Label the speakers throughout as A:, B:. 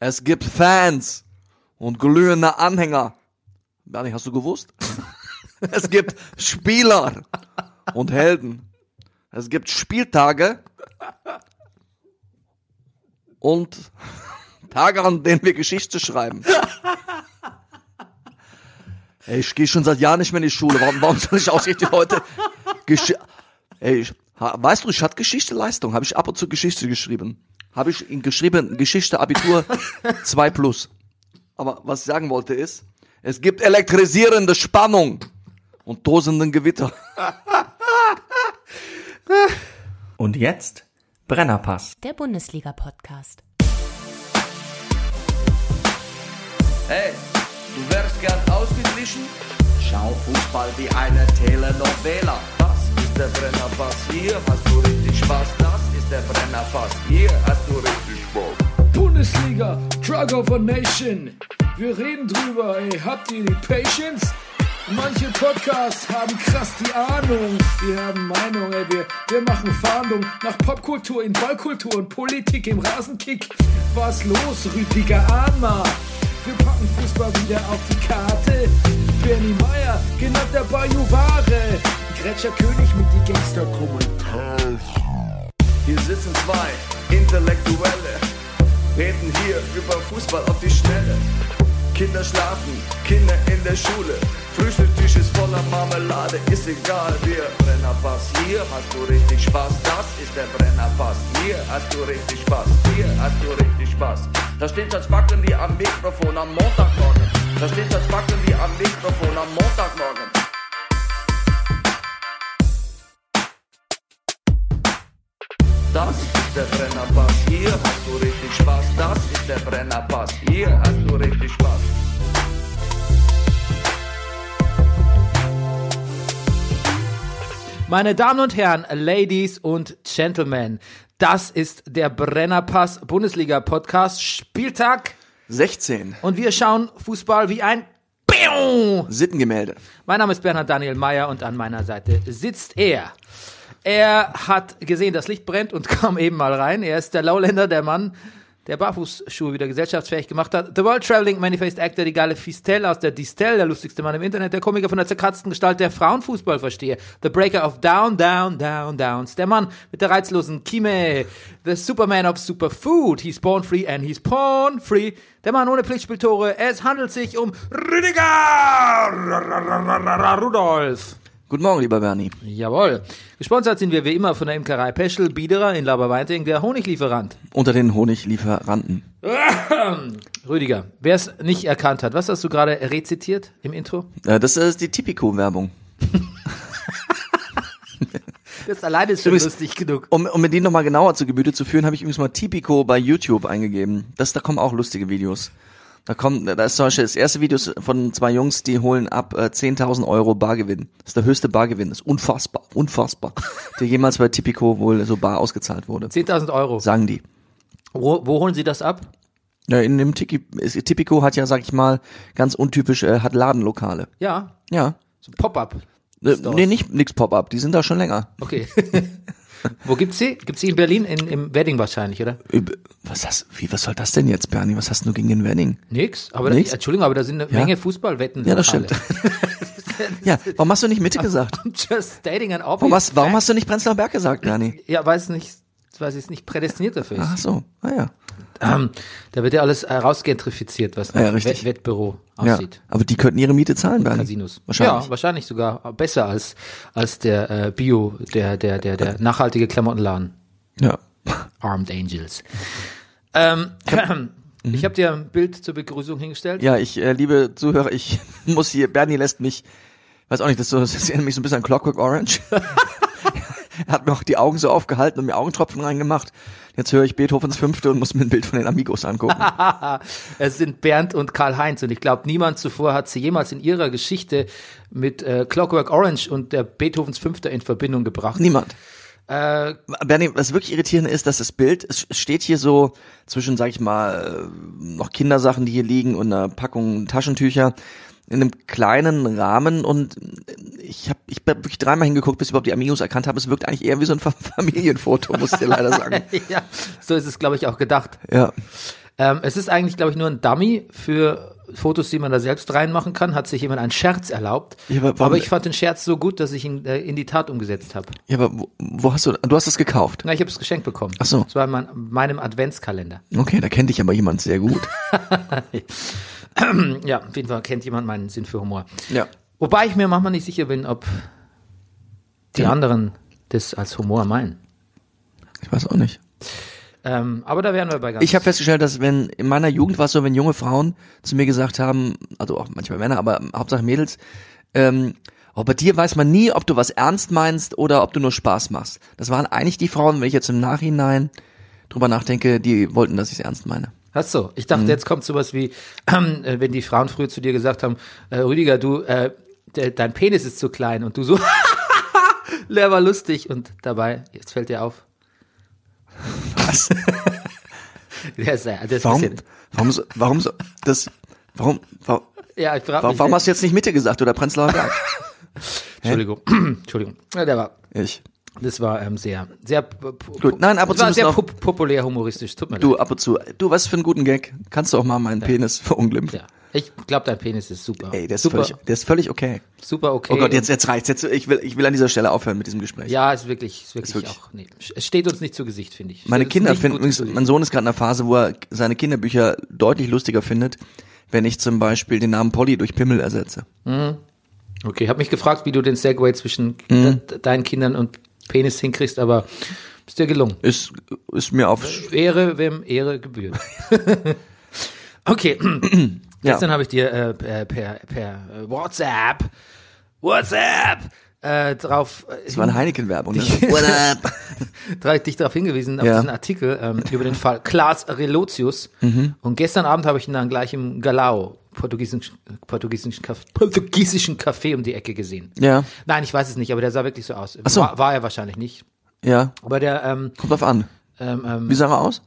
A: Es gibt Fans und glühende Anhänger. Bernie, hast du gewusst? es gibt Spieler und Helden. Es gibt Spieltage und Tage, an denen wir Geschichte schreiben. Ey, ich gehe schon seit Jahren nicht mehr in die Schule. Warum, warum soll ich ausgerechnet heute Gesch Ey, ich, ha, weißt du, ich hatte Geschichte Leistung. Habe ich ab und zu Geschichte geschrieben. Habe ich in geschrieben Geschichte Abitur 2 plus. Aber was ich sagen wollte ist, es gibt elektrisierende Spannung und tosenden Gewitter.
B: Und jetzt Brennerpass.
C: Der Bundesliga-Podcast.
A: Hey, du wärst gern ausgeglichen? Schau Fußball wie eine Telenovela. Das ist der Brennerpass, hier hast du richtig Spaß. Das ist der Brennerpass, hier hast du richtig Spaß.
D: Bundesliga, Drug of a Nation. Wir reden drüber, ey. Habt ihr die Patience? Manche Podcasts haben krass die Ahnung. Wir haben Meinung, ey. Wir, wir machen Fahndung nach Popkultur in Ballkultur und Politik im Rasenkick. Was los, Rüdiger Ahnma? Wir packen Fußball wieder auf die Karte. Bernie Meyer, genannt der Bayou Ware. Gretscher König mit die Gangster-Kommentare.
A: Hier sitzen zwei Intellektuelle, reden hier über Fußball auf die Schnelle. Kinder schlafen, Kinder in der Schule, Frühstücktisch ist voller Marmelade, ist egal, wir Brennerpass, hier hast du richtig Spaß, das ist der Brennerpass, hier hast du richtig Spaß, hier hast du richtig Spaß. Da steht das Backen wie am Mikrofon am Montagmorgen, da steht das Backen wie am Mikrofon am Montagmorgen. Das ist der Brennerpass, hier hast du richtig Spaß. Das ist der Brennerpass, hier hast du richtig Spaß.
D: Meine Damen und Herren, Ladies und Gentlemen, das ist der Brennerpass Bundesliga Podcast Spieltag
A: 16.
D: und wir schauen Fußball wie ein Biau.
A: Sittengemälde.
D: Mein Name ist Bernhard Daniel Mayer und an meiner Seite sitzt er. Er hat gesehen, das Licht brennt und kam eben mal rein. Er ist der Lowlander, der Mann, der Barfußschuhe wieder gesellschaftsfähig gemacht hat. The World Traveling Manifest Actor, die geile Fistel aus der Distel, der lustigste Mann im Internet, der Komiker von der zerkratzten Gestalt, halt der Frauenfußball verstehe. The Breaker of Down, Down, Down, Downs. Der Mann mit der reizlosen Kime. The Superman of Superfood. He's born free and he's porn free. Der Mann ohne Pflichtspieltore. Es handelt sich um Rüdiger Rudolf.
A: Guten Morgen, lieber Bernie.
D: Jawohl. Gesponsert sind wir wie immer von der Imkerei Peschel, Biederer in Laberweinting, der Honiglieferant.
A: Unter den Honiglieferanten.
D: Rüdiger, wer es nicht erkannt hat, was hast du gerade rezitiert im Intro?
A: Äh, Das ist die Tipico-Werbung.
D: Das alleine ist schon
A: Übrigens-
D: lustig genug.
A: Um, um mir die nochmal genauer zu Gebüte zu führen, habe ich übrigens mal Tipico bei YouTube eingegeben. Das, da kommen auch lustige Videos. Da kommen, da ist zum Beispiel das erste Video ist von zwei Jungs, die holen ab äh, 10.000 Euro Bargewinn. Das ist der höchste Bargewinn. Das ist unfassbar, unfassbar. der jemals bei Tipico wohl so bar ausgezahlt wurde.
D: 10.000 Euro.
A: Sagen die.
D: Wo, wo holen Sie das ab?
A: Ja, in dem Tiki, ist- Tipico hat ja, sag ich mal, ganz untypisch, äh, hat Ladenlokale.
D: Ja,
A: Ja.
D: so Pop-up.
A: Äh,
D: Stores.
A: nee, nicht nix Pop-Up. Die sind da schon länger.
D: Okay. wo gibt's sie? Gibt's sie in Berlin? In, Im Wedding wahrscheinlich, oder?
A: Üb- Äh, Was, hast, wie, was soll das denn jetzt, Bernie? Was hast du gegen den Wedding?
D: Nix. Aber
A: Nix?
D: Da, Entschuldigung, aber da sind eine Menge Fußballwetten.
A: Ja, das stimmt. ja, warum hast du nicht Mitte gesagt?
D: I'm just stating an obvious
A: Warum hast, warum
D: fact.
A: hast du nicht Prenzlauer Berg gesagt, Bernie?
D: Ja, weiß nicht, weiß ich nicht prädestiniert dafür ist.
A: Ach so, ah ja.
D: Ähm, da wird ja alles herausgentrifiziert, was nach
A: Ah, Ja, richtig.
D: Wett- Wettbüro
A: ja.
D: aussieht.
A: Aber die könnten ihre Miete zahlen, Bernie.
D: Casinos.
A: Wahrscheinlich.
D: Ja, wahrscheinlich sogar besser als, als der äh, Bio, der, der, der, der nachhaltige Klamottenladen.
A: Ja.
D: Armed Angels. Ähm, ich
A: Mhm.
D: habe dir ein Bild zur Begrüßung hingestellt.
A: Ja, ich, äh, liebe Zuhörer, ich muss hier, Bernie lässt mich, weiß auch nicht, das, ist so, das erinnert mich so ein bisschen an Clockwork Orange. er hat mir auch die Augen so aufgehalten und mir Augentropfen reingemacht. Jetzt höre ich Beethovens Fünfte und muss mir ein Bild von den Amigos angucken.
D: Es sind Bernd und Karl-Heinz und ich glaube, niemand zuvor hat sie jemals in ihrer Geschichte mit äh, Clockwork Orange und der Beethovens Fünfter in Verbindung gebracht.
A: Niemand.
D: Äh,
A: Bernie, was wirklich irritierend ist, dass das Bild, es steht hier so zwischen, sag ich mal, äh, noch Kindersachen, die hier liegen und einer Packung Taschentücher in einem kleinen Rahmen und äh, ich habe ich hab wirklich dreimal hingeguckt, bis ich überhaupt die Amigos erkannt habe. Es wirkt eigentlich eher wie so ein Fa- Familienfoto, muss ich dir leider sagen.
D: ja, so ist es, glaube ich, auch gedacht.
A: Ja,
D: Ähm, es ist eigentlich, glaube ich, nur ein Dummy für Fotos, die man da selbst reinmachen kann. Hat sich jemand einen Scherz erlaubt.
A: Ja, aber
D: aber,
A: warum-
D: ich fand den Scherz so gut, dass ich ihn äh, in die Tat umgesetzt habe.
A: Ja, aber wo, wo hast du, du hast es gekauft.
D: Na, ich habe es geschenkt bekommen.
A: Ach so.
D: Das war in mein, meinem Adventskalender.
A: Okay, da kennt dich aber jemand sehr gut.
D: Ja, auf jeden Fall kennt jemand meinen Sinn für Humor.
A: ja.
D: Wobei ich mir manchmal nicht sicher bin, ob die anderen das als Humor meinen.
A: Ich weiß auch nicht.
D: Ähm, aber da wären wir bei ganz.
A: Ich habe festgestellt, dass wenn in meiner Jugend war es so, wenn junge Frauen zu mir gesagt haben, also auch manchmal Männer, aber Hauptsache Mädels, ähm, oh, bei dir weiß man nie, ob du was ernst meinst oder ob du nur Spaß machst. Das waren eigentlich die Frauen, wenn ich jetzt im Nachhinein drüber nachdenke, die wollten, dass ich es ernst meine.
D: Ach so, ich
A: Mhm.
D: dachte, jetzt kommt sowas wie, ähm, äh, wenn die Frauen früher zu dir gesagt haben, äh, Rüdiger, du, äh, de, dein Penis ist zu klein und du so, der war lustig und dabei, jetzt fällt dir auf,
A: Was?
D: der ist, äh, der ist ein
A: Warum?
D: bisschen-
A: Warum so, warum so, das, warum, warum,
D: ja, ich frag
A: warum,
D: mich,
A: warum hast du jetzt nicht Mitte gesagt oder Prenzlauer Berg?
D: Entschuldigung, Entschuldigung, ja, der war,
A: Ich.
D: das war ähm, sehr, sehr, Gut,
A: Gut, nein, ab und zu
D: war
A: müssen
D: sehr
A: auch-
D: pop populär humoristisch, tut mir
A: Du,
D: leid.
A: ab und zu, du, was für einen guten Gag. Kannst du auch mal meinen Penis verunglimpfen?
D: Ja. Ich glaube, dein Penis ist super.
A: Ey, der ist,
D: super,
A: völlig, der ist völlig okay.
D: super okay.
A: Oh Gott, jetzt, jetzt reicht's. Jetzt, ich, will, ich will an dieser Stelle aufhören mit diesem Gespräch.
D: Ja, ist wirklich, ist wirklich,
A: wirklich-
D: auch, nee, es steht uns nicht zu Gesicht, finde ich.
A: Meine
D: Steht uns
A: Kinder
D: nicht
A: finden
D: gut
A: übrigens,
D: zu Gesicht.
A: mein Sohn ist gerade in einer Phase, wo er seine Kinderbücher deutlich lustiger findet, wenn ich zum Beispiel den Namen Polly durch Pimmel ersetze.
D: Okay, ich habe mich gefragt, wie du den Segway zwischen
A: Mhm.
D: de deinen Kindern und Penis hinkriegst, aber ist dir gelungen.
A: Ist, ist mir auf...
D: Ehre, wem Ehre gebührt. okay,
A: Ja.
D: gestern habe ich dir äh, per, per, per äh, WhatsApp, WhatsApp, äh, drauf, äh,
A: Das war eine Heineken-Werbung. Ne? What up?
D: drauf, dich darauf hingewiesen, auf
A: Ja.
D: diesen Artikel ähm, über den Fall Klaas Relotius.
A: Mhm.
D: Und gestern Abend habe ich ihn dann gleich im Galao, portugiesischen, portugiesischen, Caf- portugiesischen Café um die Ecke gesehen.
A: Ja,
D: Nein, ich weiß es nicht, aber der sah wirklich so aus.
A: so.
D: War, war er wahrscheinlich nicht.
A: ja.
D: Aber der, ähm,
A: Kommt drauf an.
D: ähm, ähm,
A: Wie sah er aus?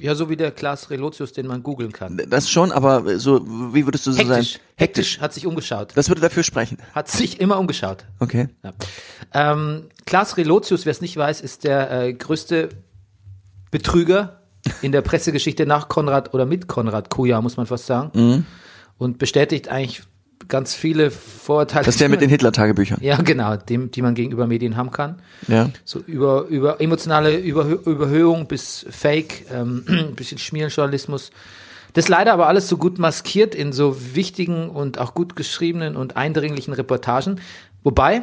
D: ja, so wie der Klaas Relotius, den man googeln kann.
A: Das schon, aber so, wie würdest du so
D: Hektisch,
A: sein?
D: hektisch, hat sich umgeschaut.
A: Das würde dafür sprechen.
D: Hat sich immer umgeschaut.
A: Okay.
D: Ja. Ähm, Klaas Relotius, wer es nicht weiß, ist der äh, größte Betrüger in der Pressegeschichte nach Konrad oder mit Konrad Kuja, muss man fast sagen.
A: Mhm.
D: Und bestätigt eigentlich ganz viele Vorurteile.
A: Das ist der mit den Hitler-Tagebüchern.
D: ja, genau, dem, die man gegenüber Medien haben kann.
A: Ja.
D: So über, über emotionale Überhö Überhöhung bis Fake, ähm, ein bisschen Schmierenjournalismus. Das leider aber alles so gut maskiert in so wichtigen und auch gut geschriebenen und eindringlichen Reportagen. Wobei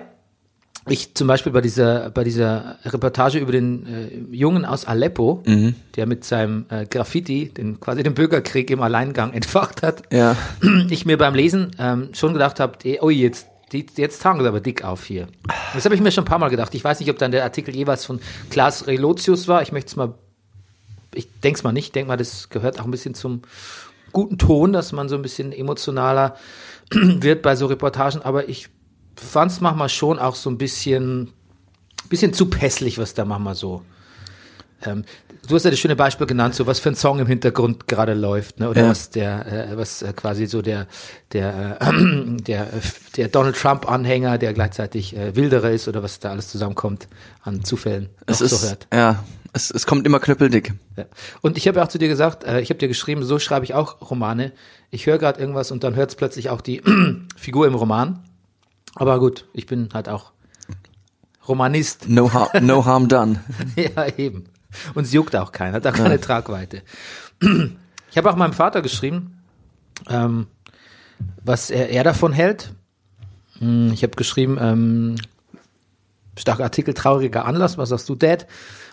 D: ich zum Beispiel bei dieser, bei dieser Reportage über den äh, Jungen aus Aleppo, der mit seinem äh, Graffiti den, quasi den Bürgerkrieg im Alleingang entfacht hat,
A: Ja.
D: ich mir beim Lesen ähm, schon gedacht habe, oh jetzt, die, jetzt tragen sie aber dick auf hier. Das habe ich mir schon ein paar Mal gedacht. Ich weiß nicht, ob dann der Artikel jeweils von Klaas Relotius war. Ich möchte es mal, ich denke es mal nicht. Ich denke mal, das gehört auch ein bisschen zum guten Ton, dass man so ein bisschen emotionaler wird bei so Reportagen. Aber ich fand es manchmal schon auch so ein bisschen, bisschen zu pässlich, was da manchmal so... Ähm, du hast ja das schöne Beispiel genannt, so was für ein Song im Hintergrund gerade läuft, ne? oder
A: Ja.
D: was der, äh, was äh, quasi so der, der, äh, der, äh, der Donald Trump-Anhänger, der gleichzeitig äh, Wilderer ist oder was da alles zusammenkommt an Zufällen
A: Es
D: noch
A: ist,
D: so hört.
A: ja, es, es kommt immer knüppeldick.
D: Ja. Und ich habe ja auch zu dir gesagt, äh, ich habe dir geschrieben, so schreibe ich auch Romane. Ich höre gerade irgendwas und dann hört es plötzlich auch die Figur im Roman. Aber gut, ich bin halt auch Romanist.
A: No harm, no harm done.
D: Ja, eben. Und es juckt auch keinen, hat auch keine Tragweite. Ich habe auch meinem Vater geschrieben, ähm, was er, er davon hält. Hm, Ich habe geschrieben, ähm, starker Artikel, trauriger Anlass, was sagst du, Dad?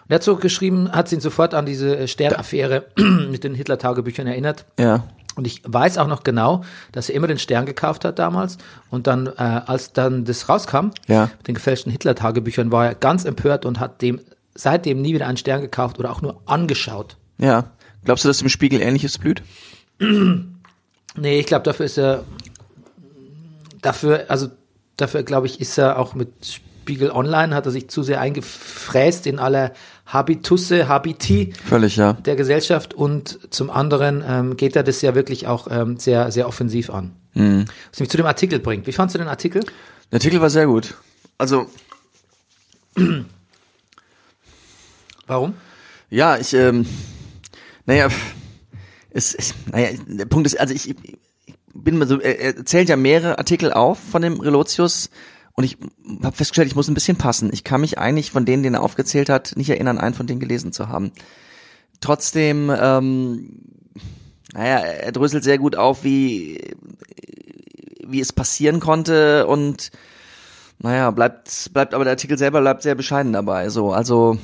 D: Und er hat so geschrieben, hat ihn sofort an diese äh, Sternaffäre mit den Hitler-Tagebüchern erinnert.
A: Ja.
D: Und ich weiß auch noch genau, dass er immer den Stern gekauft hat damals. Und dann, äh, als dann das rauskam,
A: Ja.
D: mit den gefälschten Hitler-Tagebüchern, war er ganz empört und hat dem seitdem nie wieder einen Stern gekauft oder auch nur angeschaut.
A: Ja. Glaubst du, dass im Spiegel ähnliches blüht?
D: Nee, ich glaube, dafür ist er, dafür, also dafür, glaube ich, ist er auch mit Spiegel Online, hat er sich zu sehr eingefräst in alle Habitusse, Habiti.
A: Völlig, ja.
D: der Gesellschaft und zum anderen ähm, geht er das ja wirklich auch ähm, sehr, sehr offensiv an. Was mich zu dem Artikel bringt. Wie fandst du den Artikel?
A: Der Artikel war sehr gut. Also,
D: Warum?
A: ja, ich, ähm, naja, pff, Es, es, naja, der Punkt ist, also ich, ich bin mal so, er, er zählt ja mehrere Artikel auf von dem Relotius und ich habe festgestellt, ich muss ein bisschen passen. Ich kann mich eigentlich von denen, den er aufgezählt hat, nicht erinnern, einen von denen gelesen zu haben. Trotzdem, ähm, naja, er dröselt sehr gut auf, wie, wie es passieren konnte und naja, bleibt, bleibt, aber der Artikel selber bleibt sehr bescheiden dabei. So, also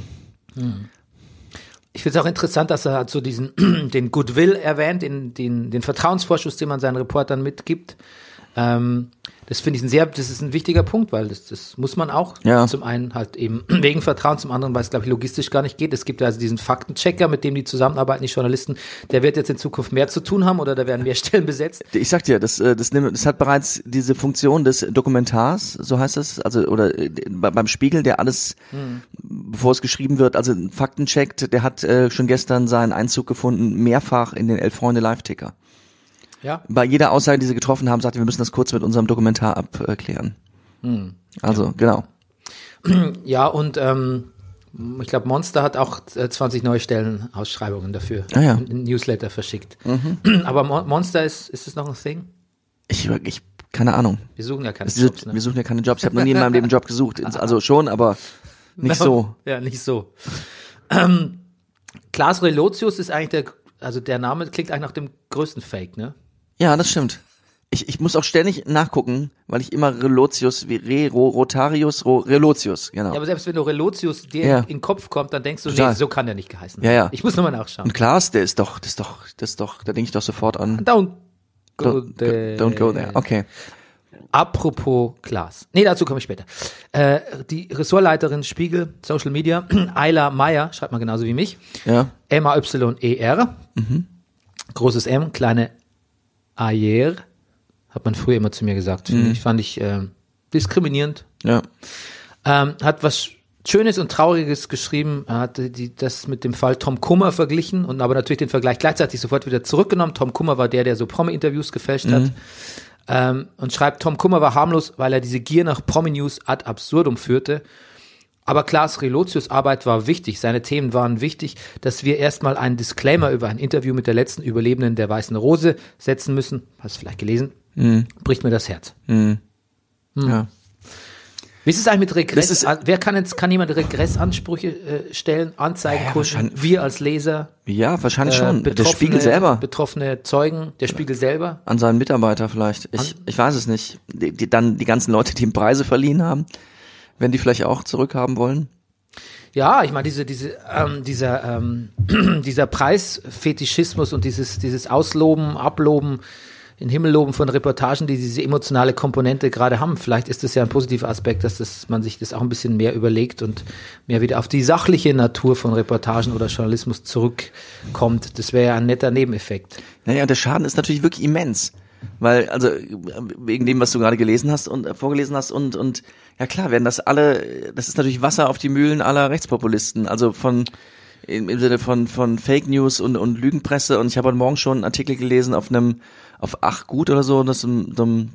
D: Ich finde es auch interessant, dass er halt so diesen, den Goodwill erwähnt, den, den, den Vertrauensvorschuss, den man seinen Reportern mitgibt. Ähm, das finde ich ein sehr, das ist ein wichtiger Punkt, weil das, das muss man auch.
A: Ja.
D: Zum einen halt eben wegen Vertrauen, zum anderen, weil es, glaube ich, logistisch gar nicht geht. Es gibt ja also diesen Faktenchecker, mit dem die zusammenarbeiten, die Journalisten, der wird jetzt in Zukunft mehr zu tun haben oder da werden mehr Stellen besetzt.
A: Ich sag dir, das, äh, das, nimmt- das hat bereits diese Funktion des Dokumentars, so heißt es, also oder äh, be- beim Spiegel, der alles,
D: Hm.
A: bevor es geschrieben wird, also Fakten checkt, der hat äh, schon gestern seinen Einzug gefunden, mehrfach in den Elf Freunde Live-Ticker.
D: Ja.
A: Bei jeder Aussage, die sie getroffen haben, sagte, wir müssen das kurz mit unserem Dokumentar abklären.
D: Hm.
A: Also, genau.
D: Ja, und ähm, ich glaube, Monster hat auch äh, 20 neue Stellenausschreibungen dafür
A: Ah ja. Mhm.
D: in- in Newsletter verschickt. Aber Mon Monster ist, ist es noch ein Thing?
A: Ich, ich keine Ahnung.
D: Wir suchen ja keine
A: Diese,
D: Jobs, ne?
A: Wir suchen ja keine Jobs. Ich habe noch nie in meinem Leben einen Job gesucht. Ins- Also schon, aber nicht so.
D: Ja, nicht so. Ähm, Klaas Relotius ist eigentlich der, also der Name klingt eigentlich nach dem größten Fake, ne?
A: Ja, das stimmt. Ich, ich muss auch ständig nachgucken, weil ich immer Relotius wie Re, Ro, Rotarius, Ro, Relotius, genau.
D: Ja, aber selbst wenn du Relotius dir
A: Ja.
D: in den Kopf kommt, dann denkst du,
A: Total.
D: nee, so kann der nicht geheißen.
A: Ja,
D: haben.
A: ja.
D: Ich muss nochmal nachschauen.
A: Und Klaas, der ist doch, das ist doch, das ist doch, da denke ich doch sofort an.
D: Down.
A: Don't, don't go there. Okay.
D: Apropos Klaas. Nee, dazu komme ich später. Äh, die Ressortleiterin Spiegel, Social Media, Ayla Meyer, schreibt man genauso wie mich.
A: Ja.
D: M-A-Y-E-R. Großes M, kleine Ayer. Hat man früher immer zu mir gesagt, finde ich. Fand ich ähm, diskriminierend.
A: Ja.
D: Ähm, hat was Schönes und Trauriges geschrieben. Er hatte die, das mit dem Fall Tom Kummer verglichen und aber natürlich den Vergleich gleichzeitig sofort wieder zurückgenommen. Tom Kummer war der, der so Promi-Interviews gefälscht hat. Ähm, und schreibt, Tom Kummer war harmlos, weil er diese Gier nach Promi-News ad absurdum führte. Aber Klaas Relotius Arbeit war wichtig, seine Themen waren wichtig, dass wir erstmal einen Disclaimer über ein Interview mit der letzten Überlebenden der Weißen Rose setzen müssen. Hast du vielleicht gelesen? Bricht mir das Herz. Hm.
A: ja.
D: Wie ist es eigentlich mit Regress?
A: Das ist-
D: An- Wer kann jetzt, kann jemand Regressansprüche äh, stellen, Anzeigen, kuschen? Wir als Leser,
A: Ja, wahrscheinlich
D: äh,
A: schon. Der Spiegel selber.
D: betroffene Zeugen, der Spiegel selber.
A: An seinen Mitarbeiter vielleicht. Ich, ich weiß es nicht. Die, die, dann die ganzen Leute, die ihm Preise verliehen haben, wenn die vielleicht auch zurückhaben wollen.
D: Ja, ich meine, diese, diese, ähm, dieser, ähm, dieser Preisfetischismus und dieses, dieses Ausloben, Abloben, in Himmel loben von Reportagen, die diese emotionale Komponente gerade haben. Vielleicht ist das ja ein positiver Aspekt, dass das, man sich das auch ein bisschen mehr überlegt und mehr wieder auf die sachliche Natur von Reportagen oder Journalismus zurückkommt. Das wäre ja ein netter Nebeneffekt.
A: Naja, der Schaden ist natürlich wirklich immens. Weil, also, äh, wegen dem, was du gerade gelesen hast und äh, vorgelesen hast und, und, ja klar, werden das alle, äh, das ist natürlich Wasser auf die Mühlen aller Rechtspopulisten. Also von, im, im Sinne von, von Fake News und, und Lügenpresse. Und ich habe heute Morgen schon einen Artikel gelesen auf einem, auf Ach gut oder so, das ist so einem,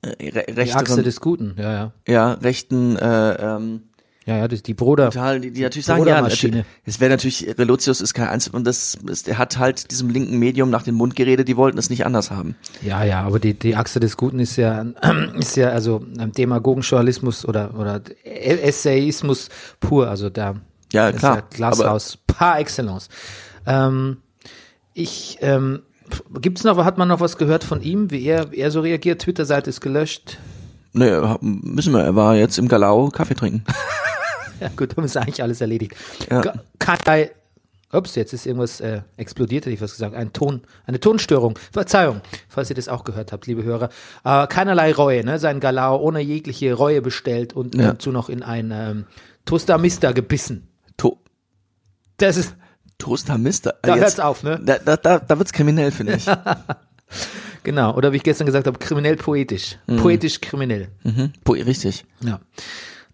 A: äh, re
D: Die Achse
A: rechteren,
D: des Guten, ja, ja.
A: ja, rechten, äh, ähm,
D: Ja, ja, das, die Bruder.
A: total, die, die natürlich sagen, ja,
D: Brudermaschine.
A: es wäre natürlich, Relotius ist kein Einzel, und das, ist, er hat halt diesem linken Medium nach den Mund geredet, die wollten es nicht anders haben.
D: Ja, ja, aber die, die Achse des Guten ist ja, ist ja also ähm, Demagogenjournalismus oder, oder E- Essayismus pur, also da
A: Ja,
D: ist
A: klar,
D: ja Glashaus par excellence. Ähm, ich, ähm, pf- gibt's noch, hat man noch was gehört von ihm, wie er, wie er so reagiert? Twitter-Seite ist gelöscht.
A: Nee, hab- müssen wir. Er war jetzt im Galau Kaffee trinken.
D: Ja, gut, dann ist eigentlich alles erledigt.
A: Ja.
D: Ka- Keinerlei, ups, jetzt ist irgendwas äh, explodiert, hätte ich was gesagt. Ein Ton, eine Tonstörung. Verzeihung, falls ihr das auch gehört habt, liebe Hörer. Äh, keinerlei Reue, ne? Sein Galao ohne jegliche Reue bestellt und
A: Ja.
D: dazu noch in ein ähm, Toaster Mister gebissen.
A: To
D: Das ist,
A: Toaster Mister. äh,
D: Da
A: Jetzt-
D: hört's auf, ne?
A: Da, da, da, da wird's kriminell, finde ich.
D: genau, oder wie ich gestern gesagt habe, kriminell poetisch. Poetisch kriminell.
A: mhm. Po- Richtig.
D: Ja.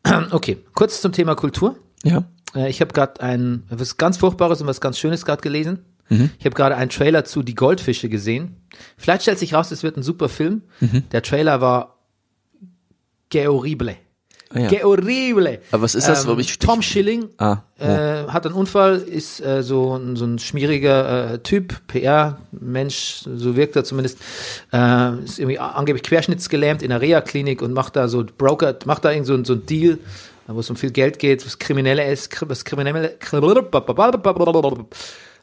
D: Okay, kurz zum Thema Kultur.
A: Ja.
D: Äh, Ich habe gerade ein was ganz Furchtbares und was ganz Schönes gerade gelesen.
A: Mhm.
D: Ich habe gerade einen Trailer zu Die Goldfische gesehen. Vielleicht
A: Mhm.
D: stellt sich raus, es wird ein super Film. Der Trailer war Georible.
A: Oh ja.
D: Que horrible.
A: Aber was ist das,
D: Ähm,
A: wo ich-
D: Tom Schilling
A: Ah,
D: äh, hat einen Unfall, ist äh, so, ein- so ein schmieriger äh, Typ, PR-Mensch, so wirkt er zumindest. Äh, ist irgendwie a- angeblich querschnittsgelähmt in der Reha-Klinik und macht da so Broker, macht da irgend so, ein- so ein Deal, wo es um viel Geld geht, was Kriminelle ist, kri- was Kriminelle,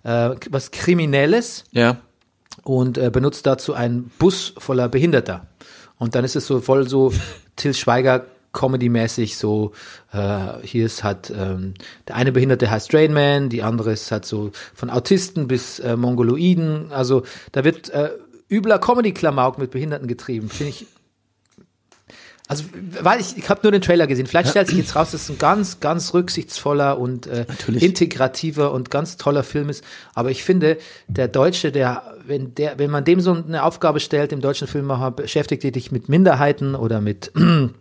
D: äh, was Kriminelles
A: Ja.
D: und äh, benutzt dazu einen Bus voller Behinderter. Und dann ist es so voll so Till Schweiger Comedy-mäßig so, äh, hier ist halt, ähm, der eine Behinderte heißt Rain Man, die andere ist halt so von Autisten bis äh, Mongoloiden. Also da wird äh, übler Comedy-Klamauk mit Behinderten getrieben, finde ich. Also, weil ich, ich habe nur den Trailer gesehen. Vielleicht stellt sich jetzt raus, dass es ein ganz, ganz rücksichtsvoller und äh,
A: Natürlich.
D: integrativer und ganz toller Film ist. Aber ich finde, der Deutsche, der, wenn der, wenn man dem so eine Aufgabe stellt, dem deutschen Filmemacher, beschäftigt dich mit Minderheiten oder mit ähm,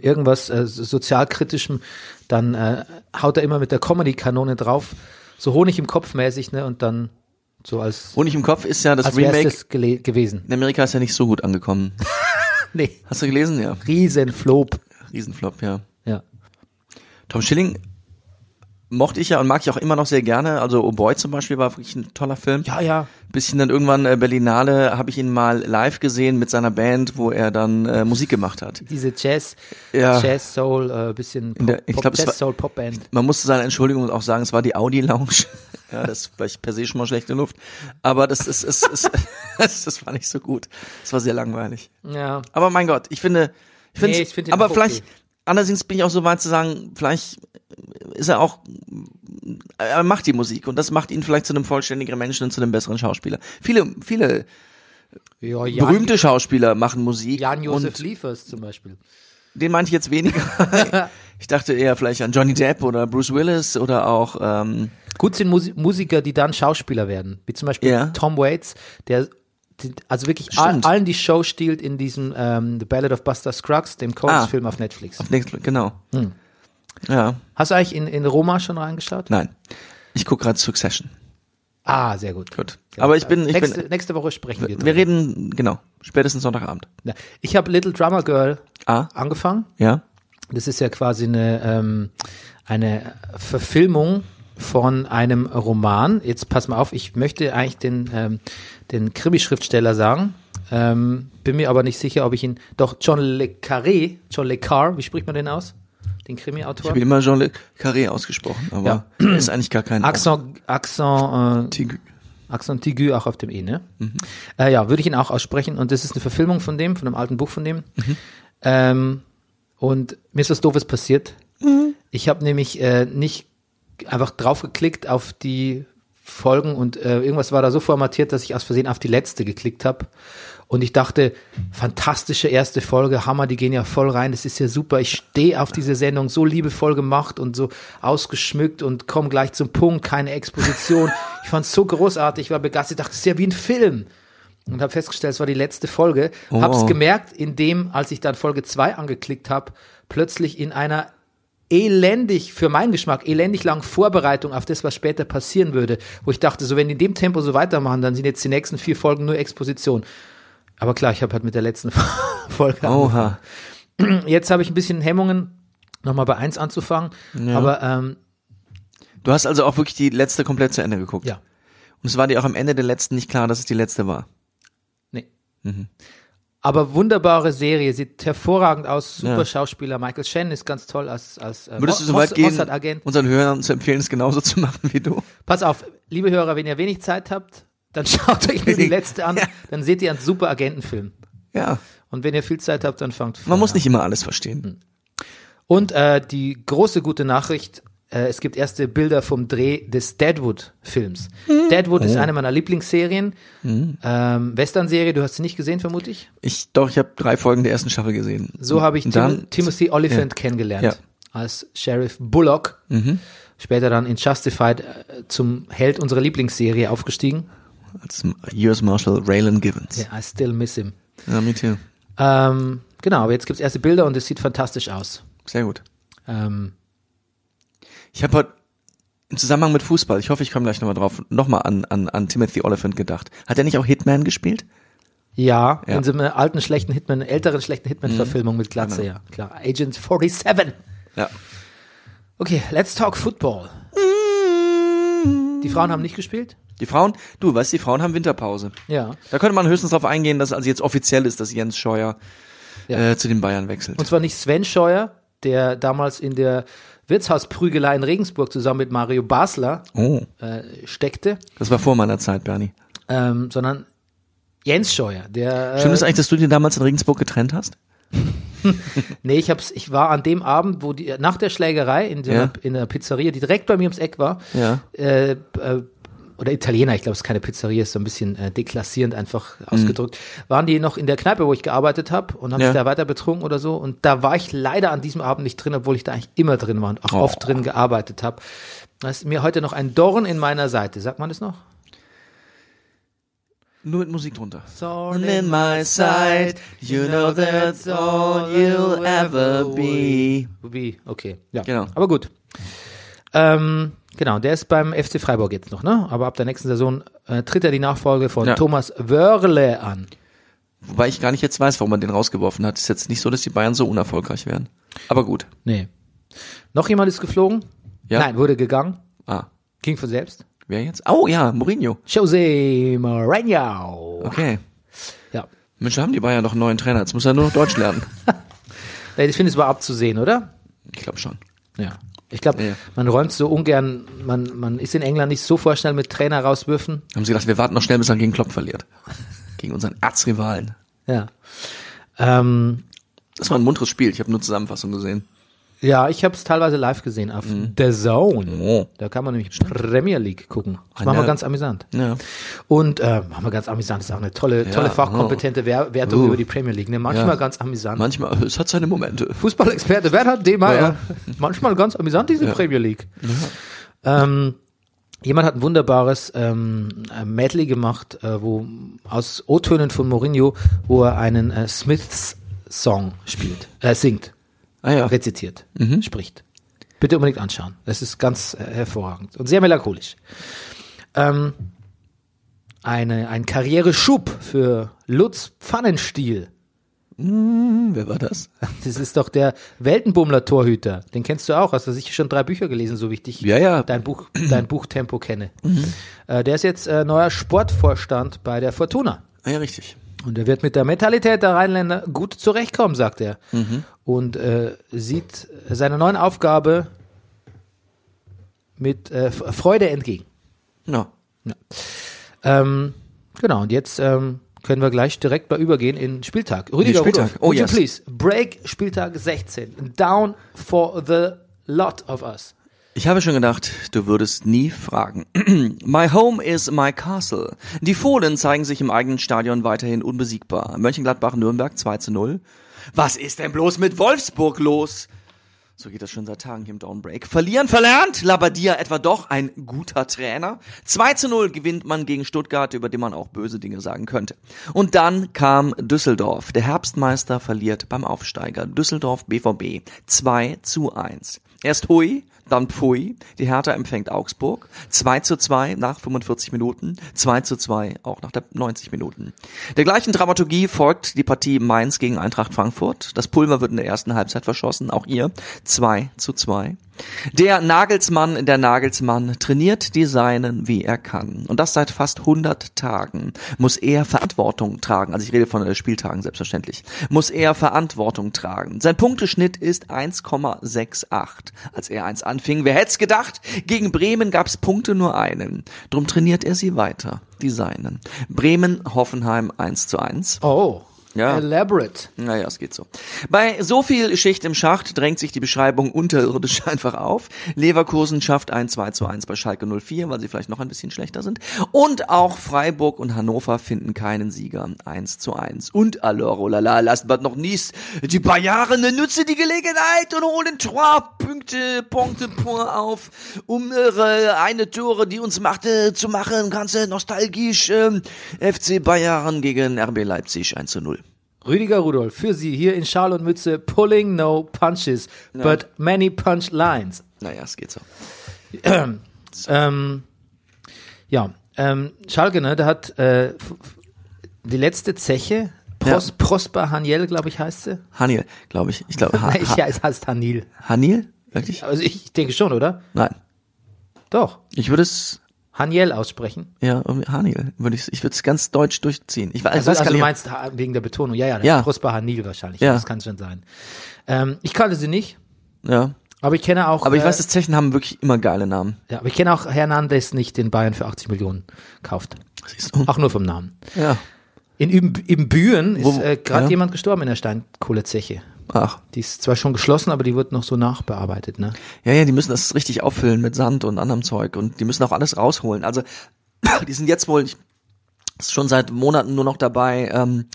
D: irgendwas äh, so- sozialkritischem, dann äh, haut er immer mit der Comedy-Kanone drauf, so Honig im Kopf mäßig, ne? Und dann so als,
A: Honig im Kopf ist ja das
D: als wäre
A: Remake.
D: es gele- gewesen.
A: in Amerika ist ja nicht so gut angekommen.
D: Nee,
A: Hast du gelesen? Ja.
D: Riesenflop.
A: Riesenflop, ja.
D: Ja.
A: Tom Schilling mochte ich ja und mag ich auch immer noch sehr gerne. Also Oh Boy zum Beispiel war wirklich ein toller Film.
D: Ja, ja.
A: Bisschen dann irgendwann äh, Berlinale habe ich ihn mal live gesehen mit seiner Band, wo er dann äh, Musik gemacht hat.
D: diese Jazz,
A: Ja.
D: Jazz Soul, äh, bisschen Pop,
A: der- ich glaub, es war-
D: Jazz Soul Pop Band.
A: Man muss zu seiner Entschuldigung auch sagen, es war die Audi Lounge. Ja, das ist vielleicht per se schon mal schlechte Luft. Aber das ist, ist, ist, ist das war nicht so gut. Es war sehr langweilig.
D: Ja,
A: Aber mein Gott, ich finde, ich finde,
D: Nee, ich find den
A: aber
D: auch
A: vielleicht,
D: okay.
A: andererseits bin ich auch so weit zu sagen, vielleicht ist er auch, er macht die Musik und das macht ihn vielleicht zu einem vollständigeren Menschen und zu einem besseren Schauspieler. Viele, viele
D: ja Jan,
A: berühmte Schauspieler machen Musik.
D: Jan-Josef
A: und
D: Liefers zum Beispiel.
A: den meinte ich jetzt weniger. ich dachte eher vielleicht an Johnny Depp oder Bruce Willis oder auch, ähm,
D: Gut sind Musi Musiker, die dann Schauspieler werden, wie zum Beispiel
A: Ja.
D: Tom Waits, der die- also wirklich all,
A: Stimmt.
D: allen die Show stiehlt in diesem ähm, The Ballad of Buster Scruggs, dem
A: Ah.
D: Coens-Film auf Netflix.
A: auf nächstes, genau.
D: Hm.
A: Ja,
D: Hast du eigentlich in, in Roma schon reingeschaut?
A: nein. Ich gucke gerade Succession.
D: Ah, sehr gut.
A: Gut. Aber ich bin, ich
D: nächste,
A: bin,
D: nächste Woche sprechen wir.
A: wir
D: drüber.
A: reden, genau, spätestens Sonntagabend.
D: Ja. Ich habe Little Drummer Girl
A: Ah.
D: angefangen.
A: Ja?
D: Das ist ja quasi eine, ähm, eine Verfilmung von einem Roman. Jetzt pass mal auf, ich möchte eigentlich den, ähm, den Krimi-Schriftsteller sagen. Ähm, bin mir aber nicht sicher, ob ich ihn. Doch, John Le Carré, John Le Carr, wie spricht man den aus? Den
A: Ich
D: Krimi-Autor?
A: habe immer Jean Le Carré ausgesprochen, aber er ist eigentlich gar kein
D: Accent, Accent, äh,
A: Tigu.
D: Accent aigu auch auf dem E, ne? Äh, ja, würde ich ihn auch aussprechen. Und das ist eine Verfilmung von dem, von einem alten Buch von dem. Ähm, und mir ist was Doofes passiert. Ich habe nämlich äh, nicht einfach draufgeklickt auf die Folgen und äh, irgendwas war da so formatiert, dass ich aus Versehen auf die letzte geklickt habe. Und ich dachte, fantastische erste Folge, Hammer, die gehen ja voll rein, das ist ja super. Ich stehe auf diese Sendung, so liebevoll gemacht und so ausgeschmückt und komm gleich zum Punkt, keine Exposition. Ich fand es so großartig, war begeistert, ich dachte, das ist ja wie ein Film. Und habe festgestellt, es war die letzte Folge.
A: Oh.
D: Hab's gemerkt, indem, als ich dann Folge 2 angeklickt habe, plötzlich in einer elendig, für meinen Geschmack, elendig lang Vorbereitung auf das, was später passieren würde, wo ich dachte, so wenn die in dem Tempo so weitermachen, dann sind jetzt die nächsten vier Folgen nur Exposition. Aber klar, ich habe halt mit der letzten Folge. Hm,
A: Oha.
D: Jetzt habe ich ein bisschen Hemmungen, nochmal bei eins anzufangen. Aber ähm,
A: Du hast also auch wirklich die letzte komplett zu Ende geguckt.
D: ja,
A: Und es war dir auch am Ende der letzten nicht klar, dass es die letzte war.
D: nee.
A: Mhm.
D: Aber wunderbare Serie, sieht hervorragend aus, super
A: Ja.
D: Schauspieler. Michael Shannon ist ganz toll als, als äh,
A: Würdest du so
D: Moss-
A: weit gehen,
D: Mossad-Agent.
A: unseren Hörern zu empfehlen, es genauso zu machen wie du?
D: Pass auf, liebe Hörer, wenn ihr wenig Zeit habt, dann schaut euch nur die letzte an,
A: Ja.
D: dann seht ihr einen super Agentenfilm.
A: Ja.
D: Und wenn ihr viel Zeit habt, dann fangt
A: Man
D: vorher
A: muss
D: an.
A: nicht immer alles verstehen.
D: Hm. Und äh, die große gute Nachricht, äh, es gibt erste Bilder vom Dreh des Deadwood-Films.
A: Mhm.
D: Deadwood
A: Oh.
D: ist eine meiner Lieblingsserien. Ähm, Western-Serie, du hast sie nicht gesehen, vermutlich.
A: Ich, doch, ich habe drei Folgen der ersten Staffel gesehen.
D: So habe ich
A: Mhm. Und
D: Tim Timothy Oliphant kennengelernt
A: Ja. Mhm.
D: als Sheriff Bullock. Später dann in Justified äh, zum Held unserer Lieblingsserie aufgestiegen.
A: als US Marshal Raylan Givens.
D: I still miss him.
A: Ja, me too.
D: Ähm, genau, aber jetzt gibt's erste Bilder und es sieht fantastisch aus.
A: Sehr gut.
D: Ähm,
A: Ich habe heute im Zusammenhang mit Fußball, ich hoffe, ich komme gleich nochmal drauf, nochmal an, an, an Timothy Oliphant gedacht. Hat er nicht auch Hitman gespielt?
D: Ja,
A: Ja.
D: in so einer alten schlechten Hitman, älteren schlechten Hitman-Verfilmung mit Glatze, ja. Klar. Agent 47.
A: Ja.
D: Okay, let's talk football. Die Frauen haben nicht gespielt?
A: Die Frauen, du weißt, die Frauen haben Winterpause.
D: Ja.
A: Da könnte man höchstens darauf eingehen, dass also jetzt offiziell ist, dass Jens Scheuer
D: Ja.
A: äh, zu den Bayern wechselt.
D: Und zwar nicht Sven Scheuer, der damals in der Wirtshausprügelei in Regensburg zusammen mit Mario Basler
A: oh,
D: äh, steckte,
A: das war vor meiner Zeit, Bernie.
D: ähm, sondern Jens Scheuer, der.
A: Stimmt
D: äh,
A: es eigentlich, dass du dir damals in Regensburg getrennt hast?
D: Nee, ich hab's, ich war an dem Abend, wo die nach der Schlägerei in der,
A: Ja.
D: in der Pizzeria, die direkt bei mir ums Eck war,
A: Ja.
D: äh, äh, oder Italiener, ich glaube, es ist keine Pizzeria, ist so ein bisschen äh, deklassierend einfach
A: Mhm.
D: ausgedrückt, waren die noch in der Kneipe, wo ich gearbeitet habe und haben
A: Ja.
D: sich da weiter betrunken oder so. Und da war ich leider an diesem Abend nicht drin, obwohl ich da eigentlich immer drin war und auch
A: Oh.
D: oft drin gearbeitet habe. Das ist mir heute noch ein Dorn in meiner Seite. Sagt man das noch?
A: Nur mit Musik drunter.
D: Thorn
A: my
D: side, you know that's all you'll ever be. Wie, okay. Ja.
A: Genau.
D: Aber gut. Ähm, genau, der ist beim FC Freiburg jetzt noch, ne? Aber ab der nächsten Saison äh, tritt er die Nachfolge von
A: Ja.
D: Thomas Wörle an.
A: Wobei ich gar nicht jetzt weiß, warum man den rausgeworfen hat. Ist jetzt nicht so, dass die Bayern so unerfolgreich wären. Aber gut.
D: Nee. Noch jemand ist geflogen?
A: Ja.
D: Nein, wurde gegangen.
A: Ah,
D: Ging von selbst.
A: wer jetzt? Oh ja, Mourinho.
D: Jose Mourinho.
A: Okay.
D: Ja.
A: Mensch, da haben die Bayern doch einen neuen Trainer. Jetzt muss er nur noch Deutsch lernen.
D: Nee, Ich finde, es war abzusehen, oder?
A: Ich glaube schon.
D: Ja. Ich glaube,
A: Ja.
D: man räumt so ungern, man, man ist in England nicht so vorschnell mit Trainer rauswürfen.
A: Haben sie gedacht, wir warten noch schnell, bis er gegen Klopp verliert. Gegen unseren Erzrivalen.
D: Ja. Ähm,
A: Das war ein munteres Spiel. Ich habe nur Zusammenfassung gesehen.
D: ja, ich habe es teilweise live gesehen auf The Zone.
A: Mhm. Oh. Ah,
D: Da kann man nämlich Premier League gucken. Das war
A: ja.
D: mal ganz amüsant.
A: Ja.
D: Und äh, war mal ganz amüsant, das ist auch eine tolle, tolle fachkompetente Wer- Wertung
A: oh. Uh.
D: über die Premier League. Ne? Manchmal
A: Ja.
D: ganz amüsant.
A: Manchmal, es hat seine Momente.
D: Fußballexperte Bernhard D. Meyer. Manchmal ganz amüsant, diese Premier League. Ähm, jemand hat ein wunderbares ähm, ein Medley gemacht, äh, wo aus O-Tönen von Mourinho, wo er einen äh, Smiths-Song spielt, äh, singt,
A: Ah ja.
D: rezitiert, spricht. Bitte unbedingt anschauen. Es ist ganz äh, hervorragend und sehr melancholisch. Ähm, eine, ein Karriereschub für Lutz Pfannenstiel.
A: Wer war das?
D: Das ist doch der Weltenbummler-Torhüter. Den kennst du auch. Hast du sicher schon drei Bücher gelesen, so wichtig.
A: Ja, ja. Mhm.
D: Dein, Buch, dein Buchtempo kenne. Äh, der ist jetzt äh, neuer Sportvorstand bei der Fortuna.
A: Ah ja, richtig.
D: Und er wird mit der Mentalität der Rheinländer gut zurechtkommen, sagt er.
A: Mhm.
D: Und äh, sieht seiner neuen Aufgabe mit äh, F- Freude entgegen.
A: Ja.
D: Ähm, genau, und jetzt ähm, können wir gleich direkt mal übergehen in Spieltag. Rüdiger
A: Spieltag.
D: Rudolph,
A: Oh,
D: would
A: yes.
D: you please break Spieltag 16. Down for the lot of us.
A: Ich habe schon gedacht, du würdest nie fragen. my home is my castle. Die Fohlen zeigen sich im eigenen Stadion weiterhin unbesiegbar. Mönchengladbach-Nürnberg 2 zu 0. Was ist denn bloß mit Wolfsburg los? So geht das schon seit Tagen hier im Downbreak. Verlieren verlernt, Labadia etwa doch ein guter Trainer. 2 zu 0 gewinnt man gegen Stuttgart, über den man auch böse Dinge sagen könnte. Und dann kam Düsseldorf. Der Herbstmeister verliert beim Aufsteiger Düsseldorf BVB 2 zu 1. Erst Hui, dann Pfui. Die Hertha empfängt Augsburg. 2 zu 2 nach 45 Minuten. 2 zu 2 auch nach der 90 Minuten. Der gleichen Dramaturgie folgt die Partie Mainz gegen Eintracht Frankfurt. Das Pulver wird in der ersten Halbzeit verschossen. Auch ihr. 2 zu 2. Der Nagelsmann, der Nagelsmann trainiert die Seinen, wie er kann. Und das seit fast 100 Tagen. Muss er Verantwortung tragen. Also ich rede von äh, Spieltagen selbstverständlich. Muss er Verantwortung tragen. Sein Punkteschnitt ist 1,68. Als er eins anfing, wer hätt's gedacht? Gegen Bremen gab's Punkte nur einen. Drum trainiert er sie weiter. Die Seinen. Bremen, Hoffenheim 1 zu 1.
D: Oh,
A: Ja.
D: elaborate.
A: Naja, es geht so. Bei so viel Schicht im Schacht drängt sich die Beschreibung unterirdisch einfach auf. Leverkusen schafft ein 2 zu 1 bei Schalke 04, weil sie vielleicht noch ein bisschen schlechter sind. Und auch Freiburg und Hannover finden keinen Sieger. 1 zu 1. Und alors, oh la la, last but not least, die Bayern nutzen die Gelegenheit und holen trois Punkte, Punkte, Point auf, um ihre eine Tore, die uns machte, zu machen. Ganz äh, nostalgisch. ähm, FC Bayern gegen RB Leipzig 1 zu 0.
D: Rüdiger Rudolph, für Sie hier in Schal und Mütze, pulling no punches, but many punchlines.
A: Naja, es geht so.
D: Ähm, ja, ähm, Schalke, ne, der hat äh, f- f- die letzte Zeche, Pros,
A: Ja.
D: Prosper Haniel, glaube ich, heißt sie.
A: Hanil, glaube ich. Ich glaube, ha,
D: Nein, ich,
A: ha,
D: ja, es heißt Hanil.
A: Hanil? Wirklich?
D: Also ich, ich denke schon, oder?
A: Nein.
D: Doch.
A: Ich würde es,
D: Haniel aussprechen.
A: ja, irgendwie Hanil, würde ich, ich würde es ganz deutsch durchziehen. Ich, weiß- ich
D: Also,
A: weiß gar
D: also du
A: nicht, ob-
D: meinst Ha- wegen der Betonung. Ja, ja, der
A: Ja.
D: Prosper Hanil wahrscheinlich.
A: Ja.
D: Das kann schon sein. Ähm, ich kannte sie nicht,
A: ja.
D: aber ich kenne auch.
A: Aber ich
D: äh,
A: weiß, dass Zechen haben wirklich immer geile Namen.
D: ja, aber ich kenne auch Hernandez nicht, den Bayern für 80 Millionen kauft.
A: Siehst du?
D: Auch nur vom Namen.
A: Ja.
D: In Üben- in Büren ist
A: Wo-
D: äh, gerade
A: ja.
D: jemand gestorben in der Steinkohlezeche.
A: Ach.
D: Die ist zwar schon geschlossen, aber die wird noch so nachbearbeitet, ne?
A: Ja, ja, die müssen das richtig auffüllen mit Sand und anderem Zeug und die müssen auch alles rausholen. Also die sind jetzt wohl ich, ist schon seit Monaten nur noch dabei, ähm,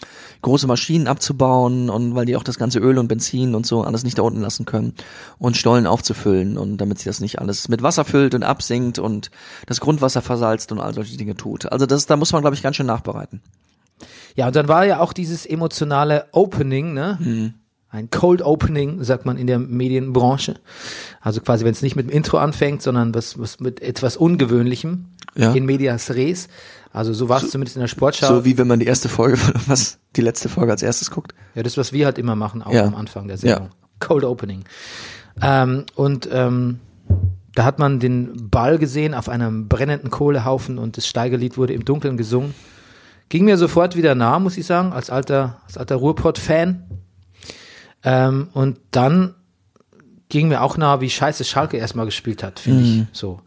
A: große Maschinen abzubauen und weil die auch das ganze Öl und Benzin und so alles nicht da unten lassen können und Stollen aufzufüllen und damit sie das nicht alles mit Wasser füllt und absinkt und das Grundwasser versalzt und all solche Dinge tut. Also das, da muss man glaube ich ganz schön nachbereiten.
D: Ja, und dann war ja auch dieses emotionale Opening, ne? Ein Cold Opening, sagt man in der Medienbranche. Also quasi, wenn es nicht mit dem Intro anfängt, sondern was, was mit etwas Ungewöhnlichem
A: Ja.
D: in Medias Res. Also so war es zumindest in der Sportschau.
A: So wie wenn man die erste Folge von was die letzte Folge als erstes guckt.
D: ja, das, was wir halt immer machen, auch
A: Ja.
D: am Anfang der Sendung. Cold Opening. Ähm, und ähm, da hat man den Ball gesehen auf einem brennenden Kohlehaufen und das Steigerlied wurde im Dunkeln gesungen. Ging mir sofort wieder nah, muss ich sagen, als alter, als alter Ruhrpott-Fan. Ähm, und dann ging mir auch nah, wie scheiße Schalke erstmal gespielt hat, finde
A: Mhm.
D: ich. So.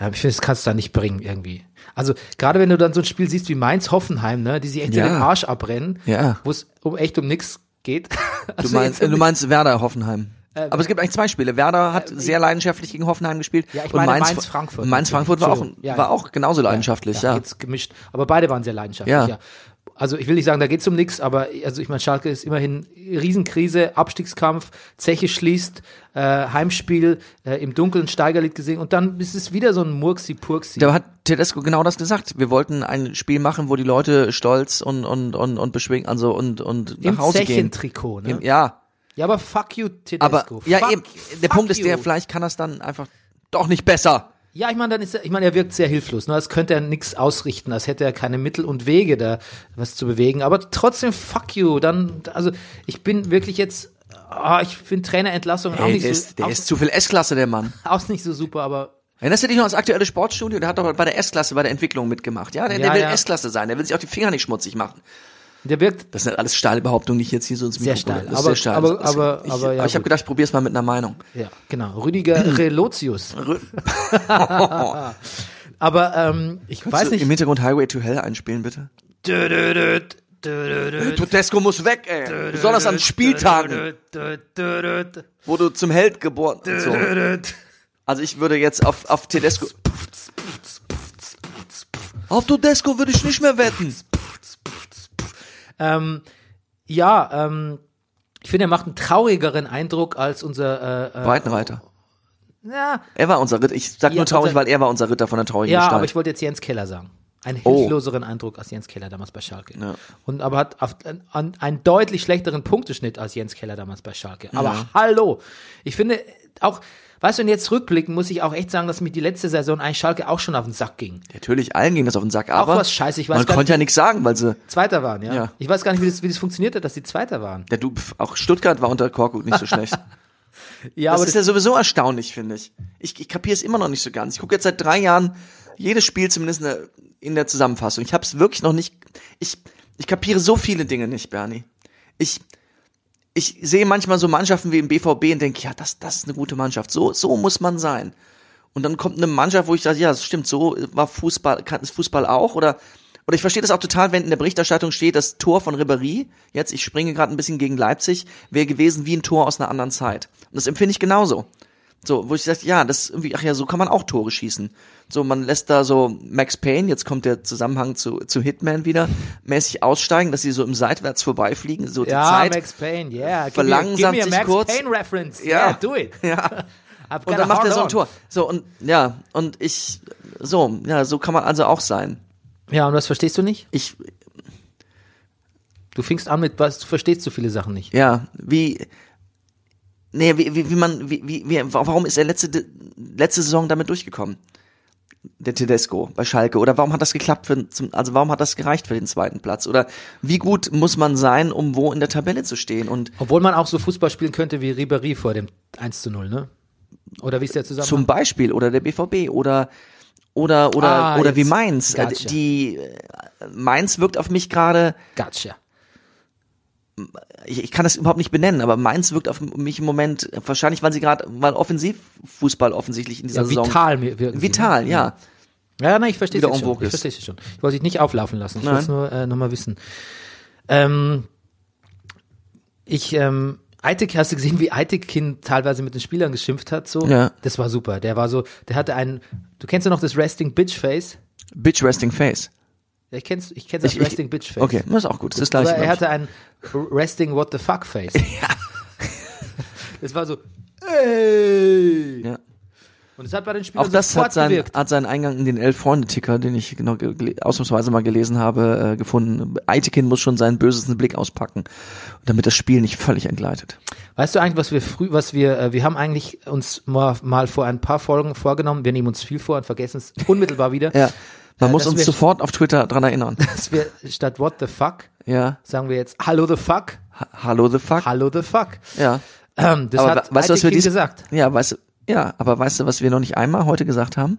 D: Ähm, ich finde, das kannst du da nicht bringen, irgendwie. Also, gerade wenn du dann so ein Spiel siehst wie Mainz-Hoffenheim, ne, die sich echt
A: Ja.
D: den Arsch abrennen,
A: Ja.
D: wo es um, echt um nichts geht.
A: Du
D: Also
A: meinst,
D: jetzt- Äh,
A: du meinst Werder Hoffenheim. Aber es gibt eigentlich zwei Spiele. Werder hat sehr leidenschaftlich gegen Hoffenheim gespielt.
D: Ja, ich
A: und
D: meine
A: Mainz,
D: Mainz Frankfurt.
A: Mainz Frankfurt war auch,
D: Entschuldigung. Ja,
A: war
D: ja.
A: auch genauso leidenschaftlich, ja.
D: Jetzt gemischt. Aber beide waren sehr leidenschaftlich, ja.
A: Ja.
D: Also ich will nicht sagen, da geht's um nichts, aber also ich meine, Schalke ist immerhin Riesenkrise, Abstiegskampf, Zeche schließt, äh, Heimspiel, äh, im Dunkeln Steigerlied gesehen und dann ist es wieder so ein Murksi-Purksi.
A: Da hat Tedesco genau das gesagt. Wir wollten ein Spiel machen, wo die Leute stolz und, und, und, und beschwingen, also und, und nach
D: Im
A: Hause gehen.
D: Zechentrikot, ne?
A: Im, ja.
D: Ja, aber fuck you, Tedesco.
A: Aber, ja,
D: fuck,
A: eben, der
D: fuck
A: Punkt ist der,
D: you.
A: vielleicht kann das dann einfach doch nicht besser.
D: Ja, ich meine, dann ist er, ich meine, er wirkt sehr hilflos. Ne? Als könnte er nichts ausrichten, als hätte er keine Mittel und Wege, da was zu bewegen. Aber trotzdem, fuck you. Dann, also ich bin wirklich jetzt, ah, ich finde Trainerentlassungen auch
A: Ey,
D: nicht
A: der
D: so,
A: ist, der
D: auch,
A: ist zu viel S-Klasse, der Mann.
D: auch nicht so super, aber
A: Erinnerst du dich noch ans aktuelle Sportstudio? Der hat doch bei der S-Klasse bei der Entwicklung mitgemacht. Ja, der,
D: Ja,
A: der will
D: ja.
A: S-Klasse sein. Der will sich auch die Finger nicht schmutzig machen.
D: der wirkt.
A: Das sind halt alles steile Behauptungen, die ich jetzt hier so ins
D: Sehr
A: Mikro
D: steil,
A: Das ist
D: aber-
A: sehr steil.
D: aber-
A: Das ist-
D: aber-
A: ich,
D: aber ja,
A: ich habe
D: gut.
A: gedacht, probier's mal mit einer Meinung.
D: Ja, genau. Rüdiger Relotius.
A: Rö-
D: Aber ähm, ich
A: Kannst
D: weiß
A: du
D: nicht.
A: Im Hintergrund Highway to Hell einspielen, bitte.
D: Dö, dö, dö, dö, dö, dö,
A: Todesco muss weg, ey. Besonders an Spieltagen,
D: dö, dö, dö, dö,
A: wo du zum Held geboren und so.
D: dö, dö.
A: Also ich würde jetzt auf, auf Tedesco. Auf Todesco würde ich nicht mehr wetten.
D: Ähm, ja, ähm, ich finde, er macht einen traurigeren Eindruck als unser. Äh, äh,
A: Breitenreiter.
D: ja,
A: Er war unser Ritter. Ich sag
D: Ja,
A: nur traurig,
D: unser-
A: weil er war unser Ritter von der traurigen
D: ja
A: Gestalt.
D: aber ich wollte jetzt Jens Keller sagen. Einen
A: Oh.
D: hilfloseren Eindruck als Jens Keller damals bei Schalke.
A: Ja.
D: Und aber hat auf, äh, an, einen deutlich schlechteren Punkteschnitt als Jens Keller damals bei Schalke. Aber hallo, ich finde auch, weißt du, und jetzt rückblicken muss ich auch echt sagen, dass mir die letzte Saison eigentlich Schalke auch schon auf den Sack ging.
A: Natürlich, allen ging das auf den Sack, aber
D: was Scheiße, ich weiß
A: man
D: gar
A: konnte ja nichts sagen, weil sie,
D: Zweiter waren, ja.
A: Ja.
D: Ich weiß gar nicht, wie das, wie das funktioniert hat, dass die Zweiter waren.
A: ja du, pf, auch Stuttgart war unter Korkut nicht so schlecht.
D: Ja,
A: Das
D: aber
A: ist ja sowieso erstaunlich, finde ich. Ich, ich kapiere es immer noch nicht so ganz. Ich gucke jetzt seit drei Jahren jedes Spiel zumindest in der, in der Zusammenfassung. Ich habe es wirklich noch nicht. Ich, ich kapiere so viele Dinge nicht, Bernie. Ich, ich sehe manchmal so Mannschaften wie im BVB und denke, ja, das, das ist eine gute Mannschaft. So, so muss man sein. Und dann kommt eine Mannschaft, wo ich sage, ja, das stimmt, so war Fußball, kann es Fußball auch oder oder ich verstehe das auch total, wenn in der Berichterstattung steht, das Tor von Ribéry, jetzt ich springe gerade ein bisschen gegen Leipzig, wäre gewesen wie ein Tor aus einer anderen Zeit. Und das empfinde ich genauso. So, wo ich sage, ja, das ist irgendwie, ach ja, so kann man auch Tore schießen. So, man lässt da so Max Payne, jetzt kommt der Zusammenhang zu, zu Hitman wieder, mäßig aussteigen, dass sie so im Seitwärts vorbeifliegen, so die
D: ja,
A: Zeit.
D: Max Payne, yeah.
A: verlangsamt
D: give me, give me a
A: sich
D: Max
A: kurz.
D: Payne Reference. Yeah,
A: Ja.
D: do it.
A: ja.
D: I've got
A: Und
D: a
A: dann macht er
D: hard
A: so ein
D: on.
A: Tor. So, und ja, und ich, so, ja, so kann man also auch sein.
D: Ja, und was verstehst du nicht?
A: Ich,
D: Du fängst an mit was, du verstehst so viele Sachen nicht.
A: ja, wie, nee, wie, wie, wie man, wie, wie, wie, warum ist er letzte, letzte Saison damit durchgekommen? der Tedesco bei Schalke? Oder warum hat das geklappt für, zum, also warum hat das gereicht für den zweiten Platz? Oder wie gut muss man sein, um wo in der Tabelle zu stehen? Und
D: Obwohl man auch so Fußball spielen könnte wie Ribéry vor dem 1 zu 0, ne? Oder wie ist der zusammen?
A: zum Beispiel oder der BVB oder oder oder
D: Ah,
A: oder wie
D: jetzt.
A: Mainz. Äh,
D: Gotcha.
A: Die äh, Mainz wirkt auf mich gerade,
D: Gatscha.
A: ich, ich kann das überhaupt nicht benennen, aber Mainz wirkt auf mich im Moment wahrscheinlich, weil sie gerade, weil Offensivfußball offensichtlich in dieser
D: Ja,
A: Saison
D: vital mir wirken sie,
A: vital,
D: ne?
A: ja.
D: Ja, nein, ich verstehe
A: Wieder
D: es schon.
A: unwoke
D: Ich
A: ist.
D: verstehe es schon. Ich wollte dich nicht auflaufen lassen. Ich
A: Nein.
D: wollte es nur äh, nochmal wissen. Ähm, ich, ähm, Eitek, hast du gesehen, wie Eitekin teilweise mit den Spielern geschimpft hat? So,
A: Ja.
D: das war super. Der war so, der hatte einen. Du kennst ja noch das Resting Bitch Face.
A: Bitch resting face.
D: Ja, Ich kenn's, ich kenn's als
A: Ich- ich-
D: Resting Bitch Face.
A: Okay, das ist auch gut. Das ist gleich.
D: Aber er hatte ein Resting What the Fuck Face. Ja. Das war so. Ey.
A: Ja.
D: Und es hat bei den Spielern
A: auch das
D: sofort
A: hat, sein,
D: gewirkt.
A: hat seinen Eingang in den Elf-Freunde-Ticker, den ich genau ge- gele- ausnahmsweise mal gelesen habe, äh, gefunden. Eitekin muss schon seinen bösesten Blick auspacken, damit das Spiel nicht völlig entgleitet.
D: Weißt du eigentlich, was wir früh, was wir, äh, wir haben eigentlich uns mal, mal vor ein paar Folgen vorgenommen, wir nehmen uns viel vor und vergessen es unmittelbar wieder,
A: Ja. Man
D: Äh,
A: muss
D: das
A: uns
D: wär-
A: sofort auf Twitter dran erinnern.
D: dass wir statt what the fuck,
A: ja.
D: sagen wir jetzt hallo the fuck,
A: Ha- Hallo the fuck.
D: hallo the fuck.
A: ja.
D: Ähm, das
A: Aber
D: hat
A: we- weißt du, was wir
D: Aytekin
A: dies-
D: gesagt.
A: Ja, weißt du, ja, aber weißt du, was wir noch nicht einmal heute gesagt haben?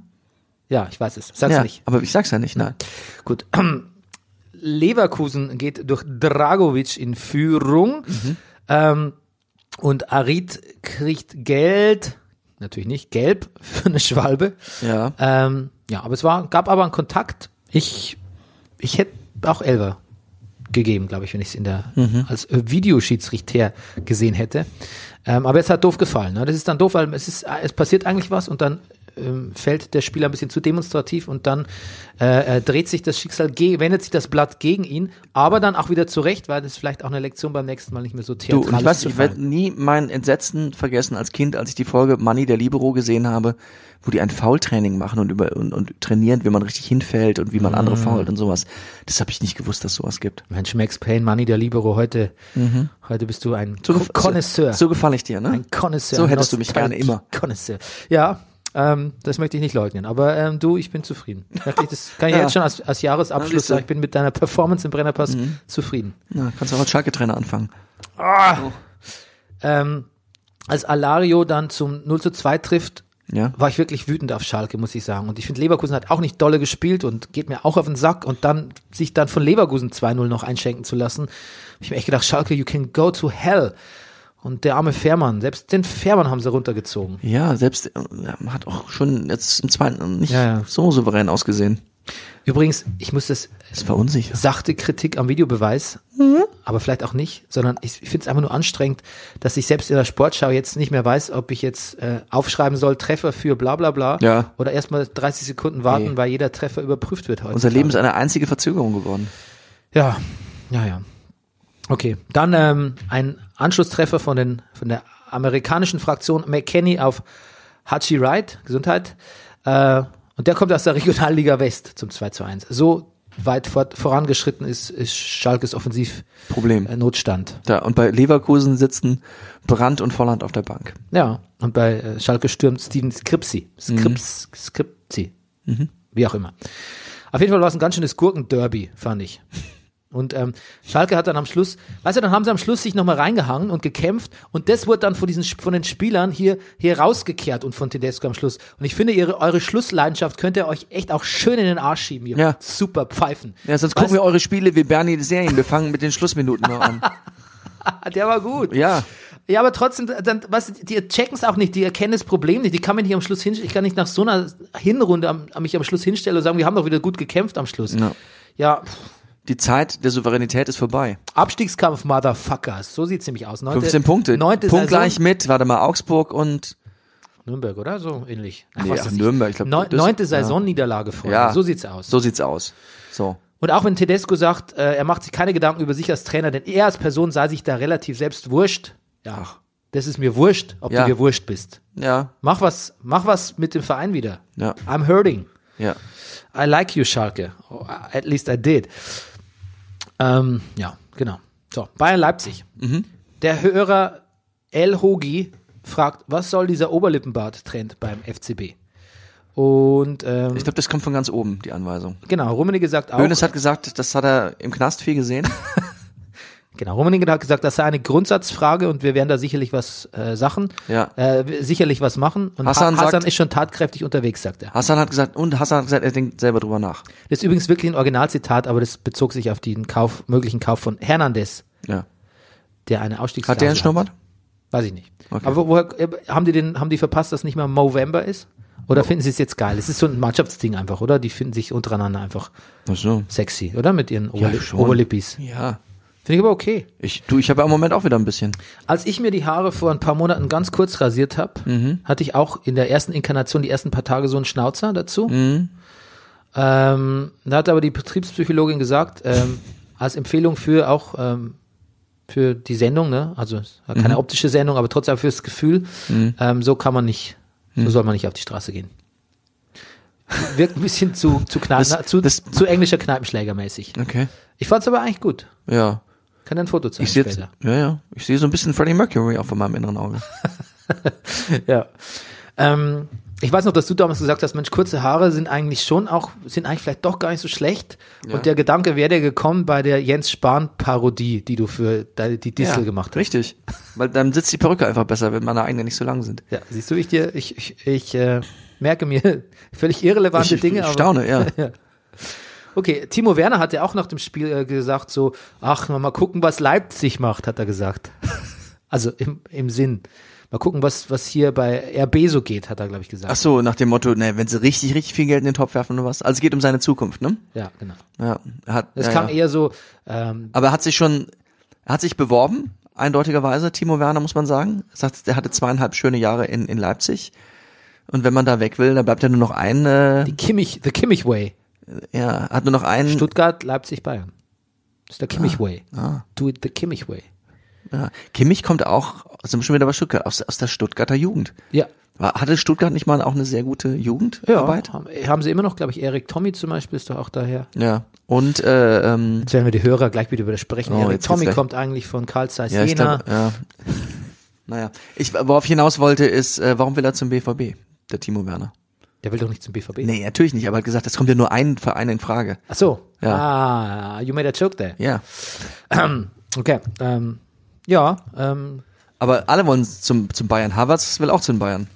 D: Ja, ich weiß es. Sag's
A: ja,
D: nicht.
A: aber ich sag's ja nicht, ne? nein.
D: Gut. Leverkusen geht durch Dragovic in Führung. Ähm, und Arid kriegt Geld, natürlich nicht, gelb für eine Schwalbe.
A: Ja.
D: Ähm, ja, aber es war, gab aber einen Kontakt. Ich, ich hätte auch Elver gegeben, glaube ich, wenn ich es in der
A: Mhm.
D: als Videoschiedsrichter gesehen hätte. Ähm, aber es hat doof gefallen. Ne? Das ist dann doof, weil es ist, es passiert eigentlich was und dann ähm, fällt der Spieler ein bisschen zu demonstrativ und dann äh, äh, dreht sich das Schicksal, ge- wendet sich das Blatt gegen ihn, aber dann auch wieder zurecht, weil das vielleicht auch eine Lektion beim nächsten Mal nicht mehr so
A: Du,
D: theatralisch
A: und ich weiß,
D: zu
A: ich
D: fallen.
A: werde nie mein Entsetzen vergessen als Kind, als ich die Folge Money der Libero gesehen habe, wo die ein Foul-Training machen und über und, und trainieren, wie man richtig hinfällt und wie man
D: Mhm.
A: andere fault und sowas. Das habe ich nicht gewusst, dass sowas gibt.
D: Mensch, Max Payne, Money der Libero, heute,
A: Mhm.
D: heute bist du ein
A: So
D: Kon-
A: gef-
D: Connoisseur.
A: So, so gefall ich dir, ne?
D: Ein Connoisseur.
A: So hättest du mich gerne immer.
D: Connoisseur. Ja, ähm, das möchte ich nicht leugnen. Aber ähm, du, ich bin zufrieden. Wirklich, Das kann ich
A: Ja.
D: jetzt schon als, als Jahresabschluss
A: siehst du.
D: sagen. Ich bin mit deiner Performance im Brennerpass
A: Mhm.
D: zufrieden.
A: Na, kannst auch als Schalke-Trainer anfangen.
D: Ähm, als Alario dann zum 0 zu 2 trifft,
A: Ja.
D: war ich wirklich wütend auf Schalke, muss ich sagen. Und ich finde, Leverkusen hat auch nicht dolle gespielt und geht mir auch auf den Sack. Und dann sich dann von Leverkusen 2-0 noch einschenken zu lassen, habe ich mir echt gedacht, Schalke, you can go to hell. Und der arme Fährmann, selbst den Fährmann haben sie runtergezogen.
A: Ja, selbst äh, hat auch schon jetzt im zweiten nicht
D: Ja, ja.
A: so souverän ausgesehen.
D: Übrigens, ich muss das
A: Es war unsicher.
D: sachte Kritik am Videobeweis,
A: Mhm.
D: aber vielleicht auch nicht, sondern ich finde es einfach nur anstrengend, dass ich selbst in der Sportschau jetzt nicht mehr weiß, ob ich jetzt äh, aufschreiben soll, Treffer für bla bla bla
A: Ja.
D: oder erstmal 30 Sekunden warten,
A: Nee.
D: weil jeder Treffer überprüft wird heute.
A: Unser Leben ist eine einzige Verzögerung geworden.
D: Ja, ja, ja. Okay, dann ähm, ein Anschlusstreffer von, den, von der amerikanischen Fraktion McKenny auf Hachi Wright, Gesundheit. Äh, und der kommt aus der Regionalliga West zum 2 zu 1. So weit fort, vorangeschritten ist, ist Schalkes äh, Offensiv-Notstand.
A: Problem. Da, und bei Leverkusen sitzen Brandt und Volland auf der Bank.
D: Ja, und bei äh, Schalke stürmt Steven Skripsi. Skrips,
A: Mhm.
D: Skripsi. Wie auch immer. Auf jeden Fall war es ein ganz schönes Gurkenderby, fand ich. Und ähm, Schalke hat dann am Schluss, weißt du, dann haben sie am Schluss sich nochmal reingehangen und gekämpft und das wurde dann von diesen Sp- von den Spielern hier hier rausgekehrt und von Tedesco am Schluss. Und ich finde, ihre, eure Schlussleidenschaft könnt ihr euch echt auch schön in den Arsch schieben, ihr
A: Ja.
D: super Pfeifen.
A: Ja, sonst
D: Weißt
A: gucken wir eure Spiele wie Bernie Serien. Wir fangen mit den Schlussminuten noch an.
D: du, Ah, Der war gut.
A: Ja.
D: Ja, aber trotzdem, dann, was, die checken es auch nicht, die erkennen das Problem nicht, die kann mir nicht am Schluss hinstellen, ich kann nicht nach so einer Hinrunde am, am- mich am Schluss hinstellen und sagen, wir haben doch wieder gut gekämpft am Schluss.
A: Ja.
D: Ja, pff,
A: Die Zeit der Souveränität ist vorbei.
D: Abstiegskampf, Motherfuckers, so sieht's nämlich aus. Neunte,
A: 15 Punkte.
D: Neunte
A: Punkt
D: Saison,
A: gleich mit, warte mal, Augsburg und
D: Nürnberg, oder? So ähnlich. Ach,
A: Nee,
D: was
A: ach,
D: weiß ich.
A: Nürnberg, ich glaub,
D: Neu-
A: das-
D: neunte
A: ja.
D: Saisonniederlage, Freunde,
A: ja.
D: so sieht's aus.
A: So sieht's aus. So.
D: Und auch wenn Tedesco sagt, äh, er macht sich keine Gedanken über sich als Trainer, denn er als Person sei sich da relativ selbst wurscht. Ja, das ist mir wurscht, ob
A: Ja.
D: du dir wurscht bist.
A: Ja.
D: Mach was, mach was mit dem Verein wieder.
A: Ja.
D: I'm hurting.
A: Ja.
D: I like you, Schalke. Or At least I did. Ähm, ja, genau. So, Bayern Leipzig.
A: Mhm.
D: Der Hörer El Hogi fragt, was soll dieser Oberlippenbart-Trend beim FCB? Und ähm,
A: Ich glaube, das kommt von ganz oben, die Anweisung.
D: genau, Rummenigge sagt auch,
A: Hönes hat gesagt, das hat er im Knast viel gesehen.
D: genau, Rummenigge hat gesagt, das sei eine Grundsatzfrage und wir werden da sicherlich was äh, Sachen,
A: Ja.
D: äh, sicherlich was machen. Und
A: Hassan
D: Hassan, Hassan
A: sagt-
D: ist schon tatkräftig unterwegs, sagt er.
A: Hassan hat gesagt, und Hassan hat gesagt, er denkt selber drüber nach.
D: Das ist übrigens wirklich ein Originalzitat, aber das bezog sich auf den Kauf, möglichen Kauf von Hernandez,
A: Ja.
D: der eine
A: Hat
D: Ausstiegsklausel
A: der einen Schnurrbart?
D: Weiß ich nicht.
A: Okay.
D: Aber woher, äh, haben die den, haben die verpasst, dass nicht mehr Movember ist? Oder
A: Oh.
D: finden sie es jetzt geil? Es ist so ein Mannschaftsding einfach, oder? Die finden sich untereinander einfach
A: Ach so.
D: sexy, oder? Mit ihren Oberli
A: schon.
D: Oberlippis.
A: Ja.
D: Finde ich aber okay.
A: Ich, du, ich habe ja im Moment auch wieder ein bisschen.
D: Als ich mir die Haare vor ein paar Monaten ganz kurz rasiert habe,
A: Mhm.
D: hatte ich auch in der ersten Inkarnation die ersten paar Tage so einen Schnauzer dazu.
A: Mhm.
D: Ähm, da hat aber die Betriebspsychologin gesagt, ähm, als Empfehlung für auch ähm, für die Sendung, ne? also es war
A: Mhm.
D: keine optische Sendung, aber trotzdem fürs Gefühl, ähm, so kann man nicht,
A: Mhm.
D: so soll man nicht auf die Straße gehen. Wirkt ein bisschen zu, zu, Kneipen,
A: Das-
D: zu,
A: das-
D: zu englischer Kneipenschläger mäßig.
A: Okay.
D: Ich fand's aber eigentlich gut.
A: Ja.
D: Kann dir ein Foto zeigen
A: Ich sehe jetzt,
D: später.
A: ja, ja. Ich sehe so ein bisschen Freddie Mercury auch von meinem inneren Auge.
D: Ja. Ähm, ich weiß noch, dass du damals gesagt hast, Mensch, kurze Haare sind eigentlich schon auch, sind eigentlich vielleicht doch gar nicht so schlecht. Und der Gedanke wäre dir gekommen bei der Jens Spahn-Parodie, die du für deine, die Distel gemacht hast.
A: Richtig. Weil dann sitzt die Perücke einfach besser, wenn meine eigenen nicht so lang sind.
D: Ja, siehst du, ich dir, ich, ich, ich äh, merke mir völlig irrelevante
A: ich,
D: Dinge.
A: ich
D: aber-
A: staune, ja.
D: Okay, Timo Werner hat ja auch nach dem Spiel äh, gesagt, so, ach, mal, mal gucken, was Leipzig macht, hat er gesagt. also im, im Sinn. Mal gucken, was, was hier bei RB so geht, hat er, glaube ich, gesagt.
A: Ach so, nach dem Motto, ne, wenn sie richtig, richtig viel Geld in den Topf werfen oder was. Also es geht um seine Zukunft, ne?
D: Ja, genau.
A: Ja. Er Hat,
D: Es
A: ja,
D: kam
A: ja.
D: eher so, ähm,
A: Aber er hat sich schon, er hat sich beworben, eindeutigerweise, Timo Werner, muss man sagen. Er sagt, er hatte zweieinhalb schöne Jahre in, in Leipzig. Und wenn man da weg will, dann bleibt ja nur noch ein, äh,
D: die Kimmich, the Kimmich Way.
A: ja, hat nur noch einen,
D: Stuttgart, Leipzig, Bayern. Das ist der
A: Ah.
D: Kimmich Way. Do it the Kimmich Way.
A: ja. Kimmich kommt auch, sind wir schon wieder bei Stuttgart, aus, aus der Stuttgarter Jugend.
D: Ja.
A: War, hatte Stuttgart nicht mal auch eine sehr gute Jugendarbeit?
D: Haben, äh, haben sie immer noch, glaube ich, Erik Tommy zum Beispiel ist doch auch daher.
A: Ja. Und, äh, ähm,
D: Jetzt werden wir die Hörer gleich wieder übersprechen.
A: Oh,
D: Erik
A: jetzt geht's
D: Tommy
A: gleich.
D: kommt eigentlich von Karl Zeiss
A: ja, ich äh,
D: Jena.
A: glaube, ja. Naja, ich, worauf ich hinaus wollte, ist, äh, warum will er zum BVB, der Timo Werner?
D: Der will doch nicht zum BVB.
A: Nee, natürlich nicht, aber er hat gesagt, es kommt ja nur ein Verein in Frage.
D: Ach so.
A: Ja.
D: Ah, you made a joke there.
A: Ja.
D: Okay. Ähm, ja, ähm,
A: Aber alle wollen zum, zum Bayern. Havertz will auch zum Bayern.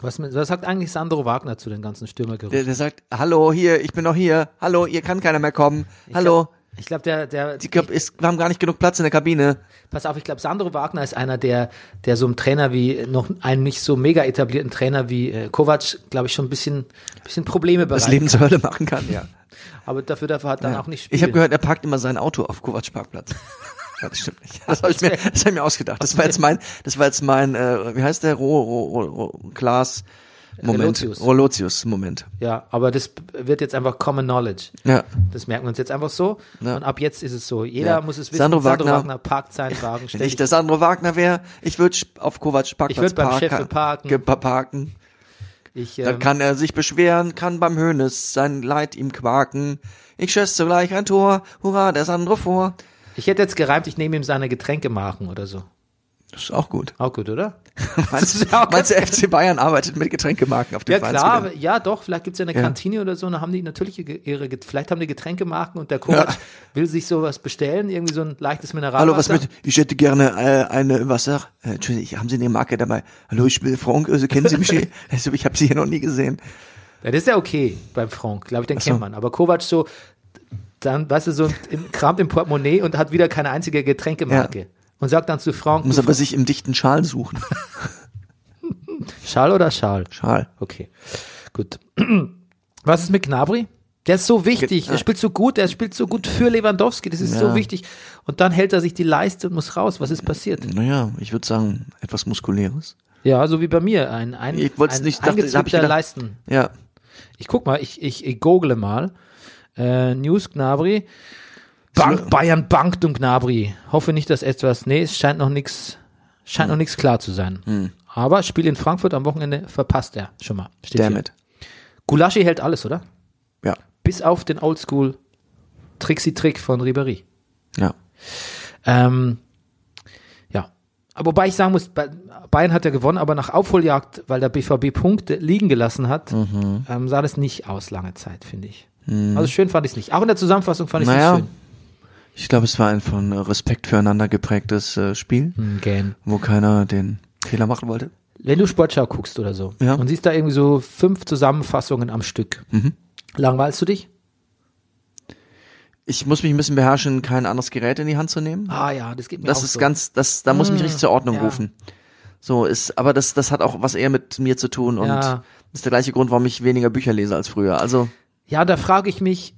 D: was, was sagt eigentlich Sandro Wagner zu den ganzen
A: Der,
D: Stürmergerüchten?
A: der sagt, hallo, hier, ich bin noch hier. Hallo, hier kann keiner mehr kommen. Hallo,
D: Ich glaube, der, der,
A: die glaub, ist, wir haben gar nicht genug Platz in der Kabine.
D: Pass auf, ich glaube, Sandro Wagner ist einer, der, der so einem Trainer wie, noch einen nicht so mega etablierten Trainer wie äh, Kovac, glaube ich, schon ein bisschen, bisschen Probleme
A: Das
D: bereitet.
A: Leben zur Hölle machen kann, ja.
D: Aber dafür darf er halt dann
A: ja.
D: auch nicht spielen.
A: ich habe gehört, er parkt immer sein Auto auf Kovacs Parkplatz. Ja, das stimmt nicht. Das habe ich, mir- das hab ich mir ausgedacht. Das war jetzt mein, das war jetzt mein, äh, wie heißt der? Ro, Ro, Ro, Ro Klaas Moment.
D: Äh, Relotius.
A: Rolotius Moment.
D: Ja, aber das wird jetzt einfach Common Knowledge.
A: Ja.
D: Das merken wir uns jetzt einfach so.
A: Ja.
D: Und ab jetzt ist es so. Jeder
A: Ja.
D: muss es wissen.
A: Sandro Wagner-
D: parkt seinen Wagen
A: Wenn ich
D: ständig.
A: der Sandro Wagner wäre, ich würde auf Kovacs Parkplatz
D: würd beim
A: parken-
D: Scheffel parken.
A: ge- pa- parken.
D: Ich,
A: Dann
D: ähm,
A: kann er sich beschweren, kann beim Hönes sein Leid ihm quaken. Ich schöss sogleich ein Tor, hurra, der Sandro vor.
D: ich hätte jetzt gereimt, ich nehme ihm seine Getränkemarken oder so.
A: Das ist auch gut.
D: Auch gut, oder? Das
A: Meinst,
D: ist ja auch
A: meinst du, FC Bayern arbeitet mit Getränkemarken auf dem
D: Ja klar,
A: Vereinsgelände?
D: aber- ja doch, vielleicht gibt's ja eine
A: Ja.
D: Kantine oder so, und dann haben die natürlich ge- ihre, Get- vielleicht haben die Getränkemarken und der Kovac
A: Ja.
D: will sich sowas bestellen, irgendwie so ein leichtes Mineralwasser.
A: Hallo, was mit? Ich hätte gerne äh, eine Wasser. Äh, Entschuldigung, haben Sie eine Marke dabei? Hallo, ich bin Frank. Also kennen Sie mich? hier? also, ich habe Sie hier noch nie gesehen.
D: Ja, das ist ja okay beim Frank, glaube ich, den
A: so.
D: kennt man. Aber Kovac so, dann, weißt du, so im, kramt im Portemonnaie und hat wieder keine einzige Getränkemarke. Und sagt dann zu Frank,
A: Muss
D: du,
A: aber sich im dichten Schal suchen.
D: Schal oder Schal?
A: Schal.
D: Okay, gut. Was ist mit Gnabry? Der ist so wichtig, er spielt so gut, er spielt so gut für Lewandowski, das ist so
A: Ja.
D: wichtig. Und dann hält er sich die Leiste und muss raus. Was ist passiert?
A: Naja, ich würde sagen etwas muskuläres.
D: Ja, so wie bei mir. Ein, ein,
A: Ich wollt's
D: ein
A: nicht- dachte,
D: angezwickter
A: hab ich gedacht-
D: Leisten.
A: Ja,
D: Ich guck mal, ich, ich, ich google mal. Äh, News Gnabry. Bank, Bayern bankt um Gnabry. Hoffe nicht, dass etwas. Nee, es scheint noch nichts scheint
A: Hm.
D: noch nichts klar zu sein. Aber Spiel in Frankfurt am Wochenende verpasst er schon mal. Steht
A: damn
D: hier.
A: it.
D: Gulaschi hält alles, oder?
A: Ja,
D: Bis auf den Oldschool Trixie Trick von Ribéry.
A: ja.
D: Ähm, ja. Wobei ich sagen muss, Ba- Bayern hat ja gewonnen, aber nach Aufholjagd, weil der BVB Punkte liegen gelassen hat,
A: Mhm.
D: ähm, sah das nicht aus lange Zeit, finde ich. Also schön fand ich es nicht. Auch in der Zusammenfassung fand ich es
A: Naja,
D: nicht
A: ich glaube, es war ein von äh, Respekt füreinander geprägtes äh, Spiel,
D: schön. Game.
A: wo keiner den Fehler machen wollte.
D: Wenn du Sportschau guckst oder so
A: Ja. Mhm.
D: und siehst da irgendwie so fünf Zusammenfassungen am Stück, langweilst du dich?
A: Ich muss mich ein bisschen beherrschen, kein anderes Gerät in die Hand zu nehmen.
D: Ah ja, das geht mir
A: das
D: auch
A: ist
D: so. Ah,
A: ganz, das, da muss mich richtig zur Ordnung
D: ja.
A: rufen. So ist, aber das, das hat auch was eher mit mir zu tun und
D: Ja.
A: ist der gleiche Grund, warum ich weniger Bücher lese als früher. Also
D: Ja, da frage ich mich,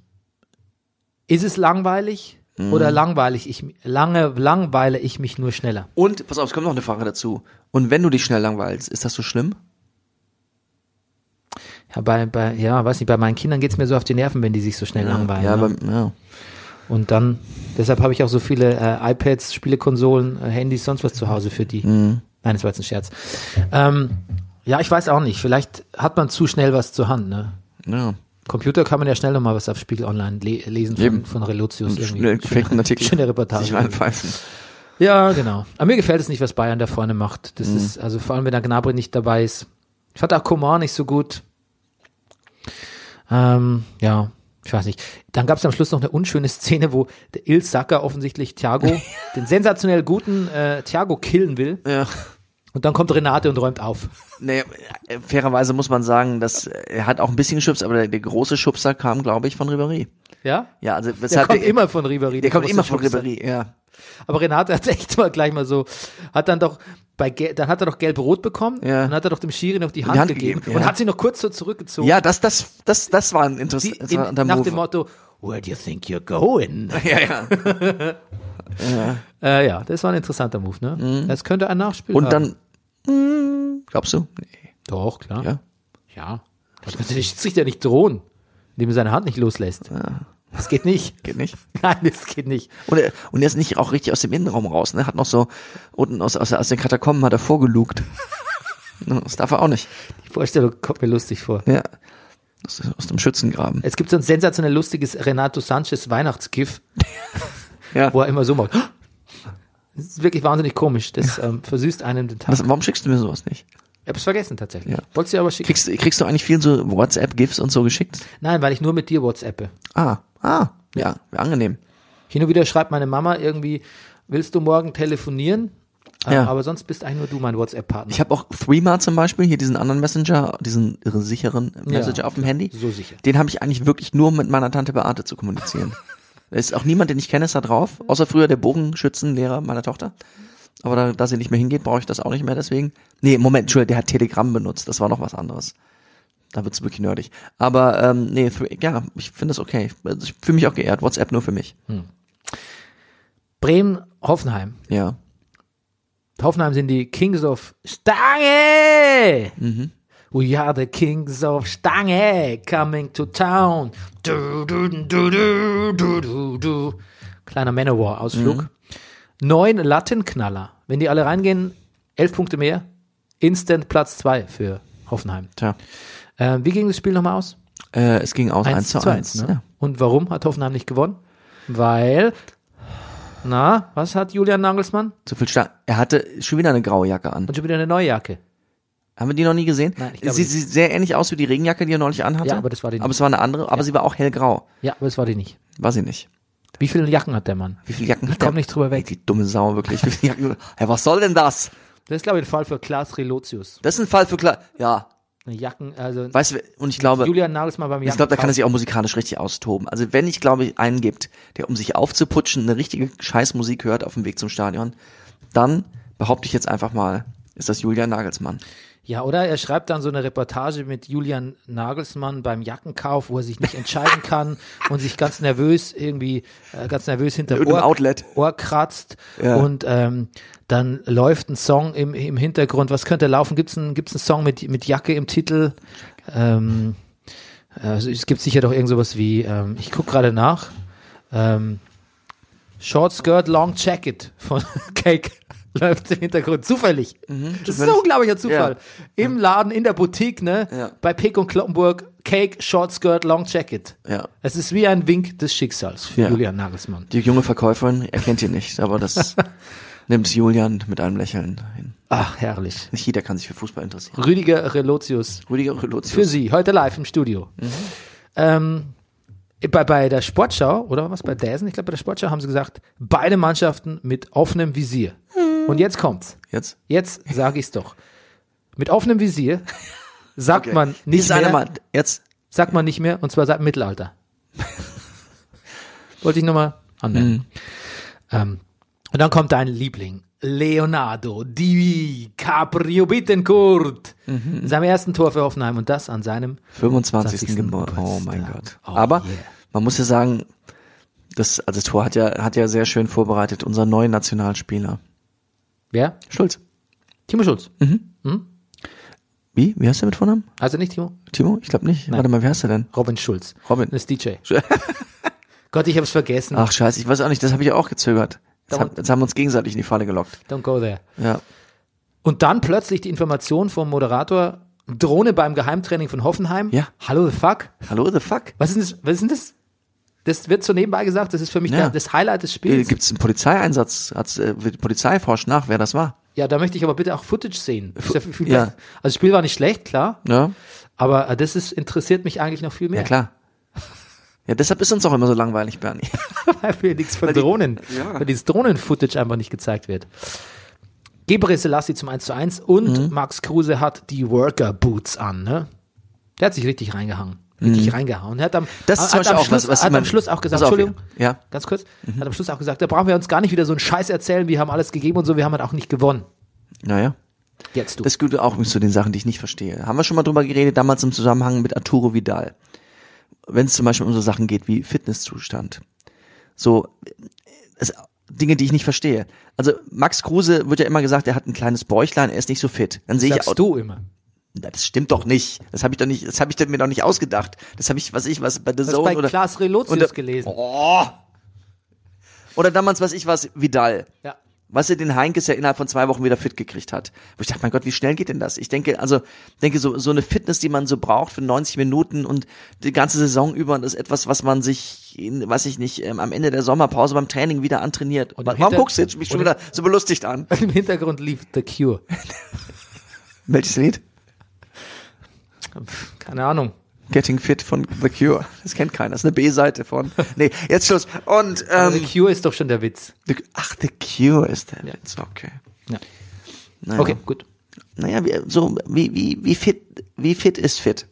D: ist es langweilig
A: Mhm.
D: oder langweilig ich, lange langweile ich mich nur schneller?
A: und pass auf, es kommt noch eine Frage dazu. Und wenn du dich schnell langweilst, ist das so schlimm?
D: Ja, bei, bei, ja weiß nicht, bei meinen Kindern geht's mir so auf die Nerven, wenn die sich so schnell langweilen.
A: ja,
D: ne?
A: aber, ja.
D: Und dann, deshalb habe ich auch so viele äh, iPads, Spielekonsolen, äh, Handys, sonst was zu Hause für die.
A: Mhm.
D: Nein, das war jetzt ein Scherz. Ähm, ja, ich weiß auch nicht. Vielleicht hat man zu schnell was zur Hand. Ne?
A: ja.
D: Computer kann man ja schnell nochmal was auf Spiegel Online le lesen von,
A: Eben.
D: von Relotius. irgendwie.
A: Schnell gefakten Artikel.
D: schöne Reportage.
A: Sich reinpfeifen.
D: Ja, genau. Aber mir gefällt es nicht, was Bayern da vorne macht.
A: Mhm.
D: Das ist, also vor allem, wenn der Gnabry nicht dabei ist. Ich fand auch Komar nicht so gut. Ähm, ja, ich weiß nicht. Dann gab es am Schluss noch eine unschöne Szene, wo der Il Sacker offensichtlich Thiago, den sensationell guten äh, Thiago killen will.
A: Ja.
D: Und dann kommt Renate und räumt auf.
A: Nee, äh, fairerweise muss man sagen, dass äh, er hat auch ein bisschen geschubst, aber der, der große Schubser kam, glaube ich, von Ribéry.
D: Ja?
A: Ja, also
D: Der
A: weshalb
D: kommt immer von Ribéry.
A: der kommt immer von
D: Ribéry.
A: Ribéry, ja.
D: Aber Renate hat echt mal gleich mal so, hat dann doch bei Gel- dann hat er doch gelb-rot bekommen
A: Ja.
D: und hat er doch dem Schiri noch die Hand,
A: Hand
D: gegeben,
A: gegeben,
D: und
A: ja.
D: hat sie noch kurz so zurückgezogen.
A: Ja, das, das, das, das war ein
D: die,
A: interessanter
D: in, nach
A: Move.
D: dem Motto, where do you think you're going?
A: ja, ja.
D: Äh, ja, das war ein interessanter Move, ne? Das könnte ein Nachspiel
A: Mhm. Und
D: haben.
A: dann, mm, glaubst du? Nee.
D: Doch, klar.
A: Ja.
D: Ja. Das könnte der Schiedsrichter nicht drohen, indem er seine Hand nicht loslässt. Das geht nicht.
A: Geht nicht.
D: Nein, das geht nicht.
A: Und er, und er ist nicht auch richtig aus dem Innenraum raus, ne? Hat noch so, unten aus, aus, aus den Katakomben hat er vorgelugt. Ne, das darf er auch nicht.
D: Die Vorstellung kommt mir lustig vor.
A: Ja. Aus, aus dem Schützengraben.
D: Es gibt so ein sensationell lustiges Renato Sanchez Weihnachtsgift,
A: Ja.
D: wo er immer so macht. Das ist wirklich wahnsinnig komisch. Das ähm, versüßt einem den Tag.
A: Was, warum schickst du mir sowas nicht?
D: Ich hab's vergessen tatsächlich.
A: Ja.
D: Wolltest du aber schicken?
A: Kriegst, kriegst du eigentlich viel so WhatsApp-GIFs und so geschickt?
D: Nein, weil ich nur mit dir WhatsAppe.
A: Ah, ah, ja, wäre angenehm.
D: Hin und wieder schreibt meine Mama irgendwie, willst du morgen telefonieren? Äh,
A: Ja.
D: Aber sonst bist eigentlich nur du mein WhatsApp-Partner.
A: Ich habe auch Threema zum Beispiel, hier diesen anderen Messenger, diesen irre sicheren Messenger auf dem Handy.
D: so sicher.
A: Den habe ich eigentlich wirklich nur um mit meiner Tante Beate zu kommunizieren. da ist auch niemand, den ich kenne, ist da drauf, außer früher der Bogenschützenlehrer meiner Tochter. Aber da, da sie nicht mehr hingeht, brauche ich das auch nicht mehr, deswegen. Nee, Moment, Entschuldigung, der hat Telegram benutzt, das war noch was anderes. Da wird's wirklich nerdig. Aber ähm, nee, Thre- ja, ich finde das okay. Also Ich fühle mich auch geehrt. WhatsApp nur für mich.
D: Bremen-Hoffenheim.
A: Ja.
D: Hoffenheim sind die Kings of Stange!
A: Mhm.
D: We are the Kings of Stange coming to town. Du, du, du, du, du, du, du. Kleiner Manowar-Ausflug.
A: Mhm.
D: Neun Lattenknaller. Wenn die alle reingehen, elf Punkte mehr. Instant Platz zwei für Hoffenheim.
A: Tja.
D: Äh, wie ging das Spiel nochmal aus?
A: Äh, es ging aus 1,
D: 1
A: zu 1.
D: ne? Und warum hat Hoffenheim nicht gewonnen? Weil, na, was hat Julian Nagelsmann?
A: Zu viel Stark. Er hatte schon wieder eine graue Jacke an.
D: Und schon wieder eine neue Jacke.
A: Haben wir die noch nie gesehen?
D: Nein, ich glaube
A: sie
D: nicht.
A: sieht sehr ähnlich aus wie die Regenjacke, die er neulich anhatte.
D: Ja, aber das war die
A: Aber es war eine andere, aber sie war auch hellgrau.
D: Ja, aber das war die nicht.
A: War sie nicht.
D: Wie viele Jacken hat der Mann?
A: Wie viele Jacken
D: Ich
A: hat er?
D: komme nicht drüber
A: Ey,
D: weg.
A: die dumme Sau, wirklich. Wie viele Jacken? Hey, was soll denn das?
D: Das ist, glaube ich, ein Fall für Klaas Relotius.
A: Das ist ein Fall für klar. Ja,
D: Eine Jacken, also
A: weißt du, und ich glaube,
D: Julian Nagelsmann beim Jacken.
A: ich glaube, da kann er sich auch musikalisch richtig austoben. Also wenn ich, glaube ich, einen gibt, der um sich aufzuputschen eine richtige Scheißmusik hört auf dem Weg zum Stadion, dann behaupte ich jetzt einfach mal, ist das Julian Nagelsmann.
D: Ja, oder er schreibt dann so eine Reportage mit Julian Nagelsmann beim Jackenkauf, wo er sich nicht entscheiden kann und sich ganz nervös irgendwie, äh, ganz nervös hinter
A: irgendeinem Outlet.
D: Ohr kratzt
A: Ja.
D: und ähm, dann läuft ein Song im, im Hintergrund. Was könnte laufen? Gibt's einen, gibt's einen Song mit, mit Jacke im Titel? Ähm, also es gibt sicher doch irgend sowas wie, ähm, ich guck gerade nach, ähm, Short Skirt, Long Jacket von Cake läuft im Hintergrund. Zufällig.
A: Mhm.
D: das ist so unglaublicher Zufall. Im Laden, in der Boutique, ne?
A: Ja.
D: Bei Pick und Kloppenburg, Cake, Short Skirt, Long Jacket.
A: Ja.
D: Es ist wie ein Wink des Schicksals für
A: Ja.
D: Julian Nagelsmann.
A: Die junge Verkäuferin erkennt ihr nicht, aber das nimmt Julian mit einem Lächeln hin.
D: Ach, herrlich.
A: Nicht jeder kann sich für Fußball interessieren.
D: Rüdiger Relotius
A: Rüdiger Relotius.
D: für Sie, heute live im Studio.
A: Mhm.
D: Ähm, bei, bei der Sportschau, oder was, bei Dazen, ich glaube, bei der Sportschau haben sie gesagt, beide Mannschaften mit offenem Visier.
A: Mhm.
D: Und jetzt kommt's.
A: Jetzt?
D: Jetzt sage ich's doch. Mit offenem Visier sagt man nicht
A: Ist einer
D: mehr,
A: mal. Jetzt?
D: sagt man nicht mehr, und zwar seit dem Mittelalter. Wollte ich nochmal
A: Mhm.
D: anmerken. Ähm, und dann kommt dein Liebling, Leonardo Di Caprio Bittencourt,
A: Mhm.
D: in seinem ersten Tor für Hoffenheim und das an seinem
A: 25.
D: 20.
A: Geburtstag. Oh mein Gott.
D: Geburtstag. Oh
A: Aber
D: yeah.
A: man muss ja sagen, das, also das Tor hat ja, hat ja sehr schön vorbereitet, unser neuer Nationalspieler.
D: Wer?
A: Schulz.
D: Timo Schulz.
A: Mhm. Wie? Wie heißt der mit Vornamen?
D: Also nicht Timo,
A: Timo? Ich glaube nicht. Warte mal, wie heißt er denn?
D: Robin Schulz.
A: Robin. Ah.
D: Das ist DJ. Gott, ich hab's vergessen.
A: Ach scheiße, ich weiß auch nicht, das habe ich auch gezögert. Jetzt,
D: Da
A: hab, jetzt haben wir uns gegenseitig in die Falle gelockt.
D: Don't go there.
A: Ja.
D: Und dann plötzlich die Information vom Moderator, Drohne beim Geheimtraining von Hoffenheim.
A: Ja.
D: Hallo the fuck.
A: Hallo, the fuck?
D: Was ist denn das? Was ist denn das? Das wird so nebenbei gesagt, das ist für mich
A: Ja.
D: der, das Highlight des
A: Äh,
D: Spiels.
A: Gibt es einen Polizeieinsatz? Hat's, äh, die Polizei forscht nach, wer das war.
D: Ja, da möchte ich aber bitte auch Footage sehen. Ist ja viel- viel
A: ja.
D: besser. Also das Spiel war nicht schlecht, klar,
A: Ja,
D: aber äh, das ist, interessiert mich eigentlich noch viel mehr.
A: ja klar. Ja, deshalb ist uns auch immer so langweilig, Bernie.
D: weil wir nichts von Drohnen, weil dieses Drohnen-Footage einfach nicht gezeigt wird. Gebre Selassie zum 1 zu 1
A: Mhm.
D: und Max Kruse hat die Worker-Boots an, ne? Der hat sich richtig reingehangen. Richtig reingehauen. Er Hat am,
A: Mhm. Das ist
D: hat
A: zum Beispiel
D: am
A: auch was,
D: Schluss,
A: was
D: hat
A: man-
D: am Schluss auch gesagt,
A: Pass auf,
D: Entschuldigung,
A: ja. Mhm. Ja.
D: ganz kurz, hat am Schluss auch gesagt, da brauchen wir uns gar nicht wieder so einen Scheiß erzählen, wir haben alles gegeben und so, wir haben halt auch nicht gewonnen.
A: Naja.
D: Jetzt du.
A: Das gehört auch übrigens zu den Sachen, die ich nicht verstehe. Haben wir schon mal drüber geredet, damals im Zusammenhang mit Arturo Vidal. Wenn es zum Beispiel um so Sachen geht wie Fitnesszustand. So, es, Dinge, die ich nicht verstehe. Also, Max Kruse wird ja immer gesagt, er hat ein kleines Bäuchlein, er ist nicht so fit. Dann sehe ich
D: sagst
A: au-
D: du immer.
A: Na, Das stimmt doch nicht. Das habe ich doch nicht, das habe ich mir doch nicht ausgedacht. Das habe ich, was ich, was bei The
D: Das ist
A: Zone
D: bei
A: oder Oh.
D: Klaas Relotius
A: oder-
D: gelesen.
A: oder damals, was ich was Vidal.
D: Ja.
A: Was er den Heinkes ja innerhalb von zwei Wochen wieder fit gekriegt hat. Wo ich dachte, mein Gott, wie schnell geht denn das? Ich denke, also, denke, so, so eine Fitness, die man so braucht für 90 Minuten und die ganze Saison über und ist etwas, was man sich, in, weiß ich nicht, ähm, am Ende der Sommerpause beim Training wieder antrainiert.
D: Und im
A: Warum
D: Hinter-
A: guckst du jetzt mich schon
D: und
A: wieder so belustigt an?
D: Im Hintergrund lief The Cure.
A: Welches Lied?
D: Keine Ahnung.
A: Getting Fit von The Cure. Das kennt keiner. Das ist eine B-Seite von. Nee, jetzt Schluss. Und,
D: The
A: ähm,
D: Cure ist doch schon der Witz.
A: The, ach, The Cure ist der
D: Ja.
A: Witz. Okay.
D: Ja.
A: Naja.
D: Okay, gut.
A: Naja, wie, so, wie, wie, wie fit, wie fit ist fit?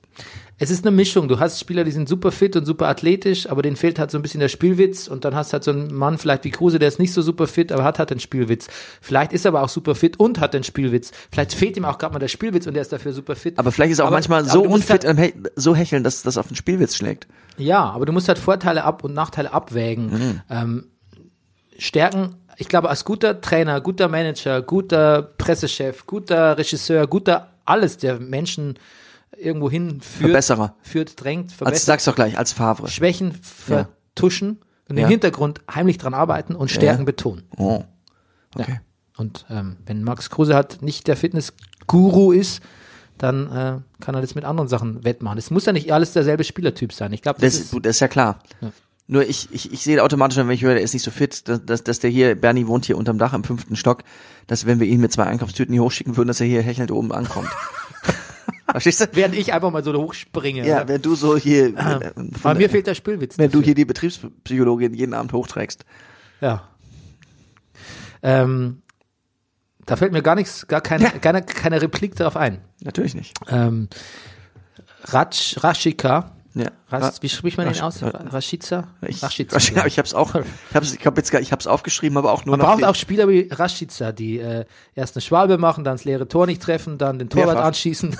D: Es ist eine Mischung. Du hast Spieler, die sind super fit und super athletisch, aber denen fehlt halt so ein bisschen der Spielwitz. Und dann hast du halt so einen Mann, vielleicht wie Kruse, der ist nicht so super fit, aber hat halt den Spielwitz. Vielleicht ist er aber auch super fit und hat den Spielwitz. Vielleicht fehlt ihm auch gerade mal der Spielwitz und der ist dafür super fit.
A: Aber vielleicht ist er auch
D: Aber-
A: manchmal
D: aber
A: so
D: du musst
A: unfit, äh am
D: halt-
A: He- so hecheln, dass das auf den Spielwitz schlägt.
D: ja, aber du musst halt Vorteile ab und Nachteile abwägen.
A: Mhm.
D: Ähm, Stärken, ich glaube, als guter Trainer, guter Manager, guter Pressechef, guter Regisseur, guter alles, der Menschen irgendwo hinführt,
A: Verbesserer.
D: führt, drängt,
A: Als,
D: verbessert.
A: Also sag's doch gleich, als Favre.
D: Schwächen
A: Ja.
D: vertuschen und
A: Ja.
D: im Hintergrund heimlich dran arbeiten und Stärken
A: Ja.
D: betonen.
A: Oh. Okay.
D: Und ähm, wenn Max Kruse halt nicht der Fitness-Guru ist, dann äh, kann er das mit anderen Sachen wettmachen. Es muss ja nicht alles derselbe Spielertyp sein. Ich glaube, das,
A: Das, ist,
D: ist
A: gut, das ist ja klar. Nur ich, ich, ich sehe automatisch, wenn ich höre, der ist nicht so fit, dass, dass, dass der hier, Bernie wohnt hier unterm Dach im fünften Stock, dass wenn wir ihn mit zwei Einkaufstüten hier hochschicken würden, dass er hier hechelnd oben ankommt. Verstehst du?
D: während ich einfach mal so hochspringe. Ah,
A: Ja, wenn du so hier, äh,
D: Aber mir fehlt der Spielwitz.
A: wenn du hier die Betriebspsychologin jeden Abend hochträgst.
D: Ja. Ähm, da fällt mir gar nichts, gar keine,
A: Ja.
D: keine, keine Replik darauf ein.
A: Natürlich nicht.
D: Ähm, Ratsch, Rashika,
A: Ja.
D: Ras, wie spricht man den aus?
A: Rasch-
D: Ra- Rashica?
A: Ich,
D: Rashica,
A: ich,
D: ja.
A: ich habe es auch. Ich habe ich hab jetzt gar, ich hab's aufgeschrieben, aber auch nur
D: Man
A: noch
D: braucht
A: die-
D: auch Spieler wie Rashica, die äh, erst eine Schwalbe machen, dann das leere Tor nicht treffen, dann den Torwart
A: Mehrfach.
D: anschießen.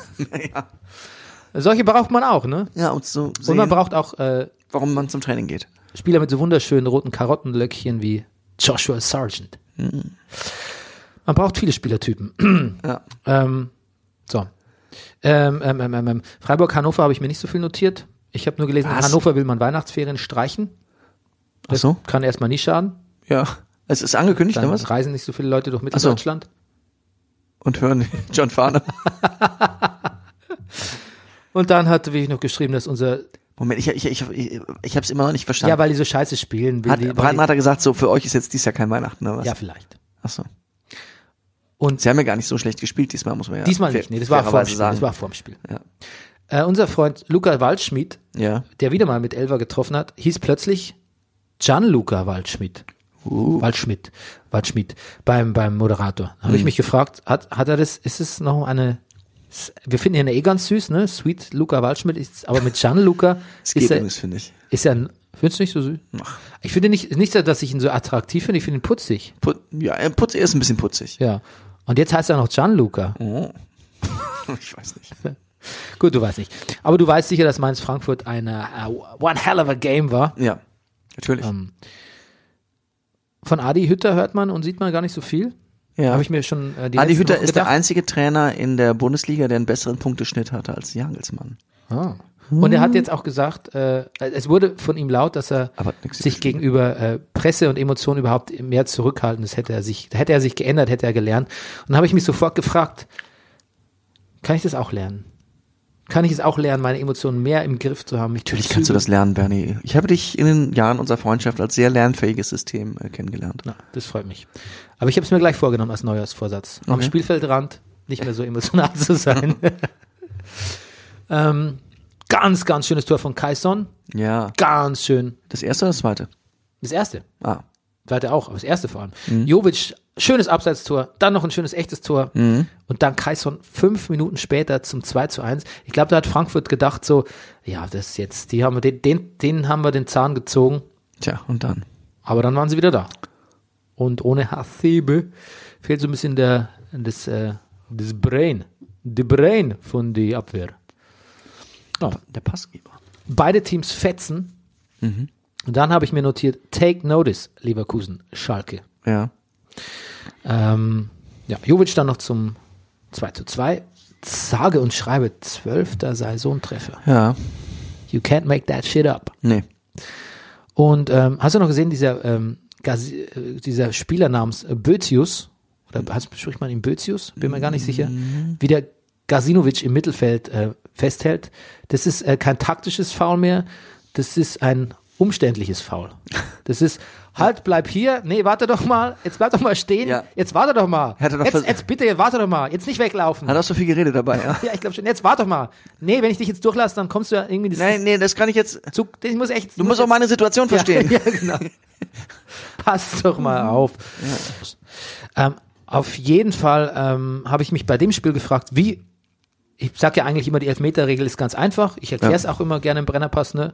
D: Solche braucht man auch, ne?
A: ja um zu
D: Und
A: sehen,
D: man braucht auch äh,
A: warum man zum Training geht.
D: Spieler mit so wunderschönen roten Karottenlöckchen wie Joshua Sargent.
A: Mhm.
D: Man braucht viele Spielertypen.
A: Ja.
D: Ähm, so. Ähm, ähm, ähm, ähm, ähm. Freiburg, Hannover habe ich mir nicht so viel notiert. Ich habe nur gelesen, in
A: Was?
D: Hannover will man Weihnachtsferien streichen.
A: Ach so?
D: Kann erstmal nicht schaden.
A: Ja. Es ist angekündigt,
D: Dann
A: ne, was?
D: reisen nicht so viele Leute durch
A: so.
D: Mitteldeutschland.
A: Und hören John Fahne.
D: Und dann hat, wie ich noch geschrieben, dass unser
A: Moment, ich, ich, ich, ich, ich habe es immer noch nicht verstanden.
D: Ja, weil die so scheiße spielen. Will
A: hat
D: die,
A: Breitmann hat er gesagt, so für euch ist jetzt dies Jahr kein Weihnachten, oder was?
D: ja, vielleicht.
A: Ach so.
D: Und
A: Sie haben ja gar nicht so schlecht gespielt diesmal, muss man ja
D: diesmal nicht, nee, das war vorm
A: fairerweise
D: Spiel.
A: sagen.
D: Das war vorm Spiel.
A: Ja.
D: Äh, unser Freund Luca Waldschmidt,
A: ja.
D: der wieder mal mit Elva getroffen hat, hieß plötzlich Gianluca Waldschmidt.
A: Uh.
D: Waldschmidt, Waldschmidt beim, beim Moderator. Habe
A: Hm.
D: ich mich gefragt, hat, hat er das, ist es noch eine, wir finden ihn ja eh ganz süß, ne? Sweet Luca Waldschmidt, ist, aber mit Gianluca
A: Es geht um
D: ist er,
A: übrigens, finde ich.
D: ist er, ein- findest du nicht so süß? Ich finde nicht, nicht, dass ich ihn so attraktiv finde, ich finde ihn putzig.
A: Put, ja, er putz, er ist ein bisschen putzig.
D: Ja. Und jetzt heißt er noch Gianluca.
A: Ich weiß nicht.
D: Gut, du weißt nicht. Aber du weißt sicher, dass Mainz Frankfurt eine äh, one hell of a game war.
A: Ja, natürlich.
D: Ähm, Von Adi Hütter hört man und sieht man gar nicht so viel.
A: ja.
D: Habe ich mir schon äh, die
A: Adi
D: letzten
A: Hütter
D: Wochen
A: ist der
D: gedacht.
A: einzige Trainer in der Bundesliga, der einen besseren Punkteschnitt hatte als Jagelsmann.
D: Ah. Und er hat jetzt auch gesagt, äh, es wurde von ihm laut, dass er
A: Aber hat nix
D: sich
A: überschrieben.
D: gegenüber äh, Presse und Emotionen überhaupt mehr zurückhalten ist. Hätte er sich, hätte er sich geändert, hätte er gelernt. Und dann habe ich mich sofort gefragt, kann ich das auch lernen? Kann ich es auch lernen, meine Emotionen mehr im Griff zu haben?
A: Natürlich kannst du das lernen, Bernie. Ich habe dich in den Jahren unserer Freundschaft als sehr lernfähiges System äh, kennengelernt.
D: Na, das freut mich. Aber ich habe es mir gleich vorgenommen als Neujahrsvorsatz. Am
A: Okay.
D: Spielfeldrand nicht mehr so emotional zu sein. ähm, ganz, ganz schönes Tor von Kaison.
A: Ja.
D: Ganz schön.
A: Das erste oder das zweite?
D: Das erste.
A: Ah.
D: Zweite auch, aber das erste vor allem. Jovic, schönes Abseitstor, dann noch ein schönes echtes Tor und dann Kaison fünf Minuten später zum 2 zu 1. Ich glaube, da hat Frankfurt gedacht so, ja, das jetzt, die haben wir, den, den, denen haben wir den Zahn gezogen.
A: Tja, und dann.
D: Aber dann waren sie wieder da. Und ohne Hasebe fehlt so ein bisschen der, das, äh, das Brain, die Brain von der Abwehr. Ja,
A: Der Passgeber.
D: beide Teams fetzen. Und dann habe ich mir notiert, take notice, Leverkusen, Schalke.
A: Ja.
D: Ähm, ja, Jovic dann noch zum 2 zu 2. Sage und schreibe, zwölfter Saisontreffer.
A: Ja.
D: You can't make that shit up.
A: Nee.
D: Und ähm, hast du noch gesehen, dieser, ähm, Gazi- äh, dieser Spieler namens äh, Bötius, oder
A: Hm.
D: hast, spricht man ihn Bötius? Bin mir gar nicht sicher, wie der Gasinovic im Mittelfeld äh, festhält. Das ist äh, kein taktisches Foul mehr, das ist ein umständliches Foul. Das ist, halt, bleib hier, nee, warte doch mal, jetzt bleib doch mal stehen,
A: Ja.
D: jetzt warte doch mal,
A: Hat er doch vers-
D: jetzt, jetzt bitte, warte doch mal, jetzt nicht weglaufen.
A: Hat auch so viel geredet dabei, ja.
D: Ja, ich glaube schon, jetzt warte doch mal. Nee, wenn ich dich jetzt durchlasse, dann kommst du ja irgendwie... dieses-
A: Nein, nee, das kann ich jetzt.
D: Zug, ich muss echt,
A: Du musst auch meine Situation verstehen.
D: ja, genau. Mhm. Passt doch mal auf. Ähm, auf jeden Fall ähm, habe ich mich bei dem Spiel gefragt, wie. Ich sage ja eigentlich immer, die Elfmeter-Regel ist ganz einfach. Ich erkläre es auch immer gerne im Brennerpass, ne?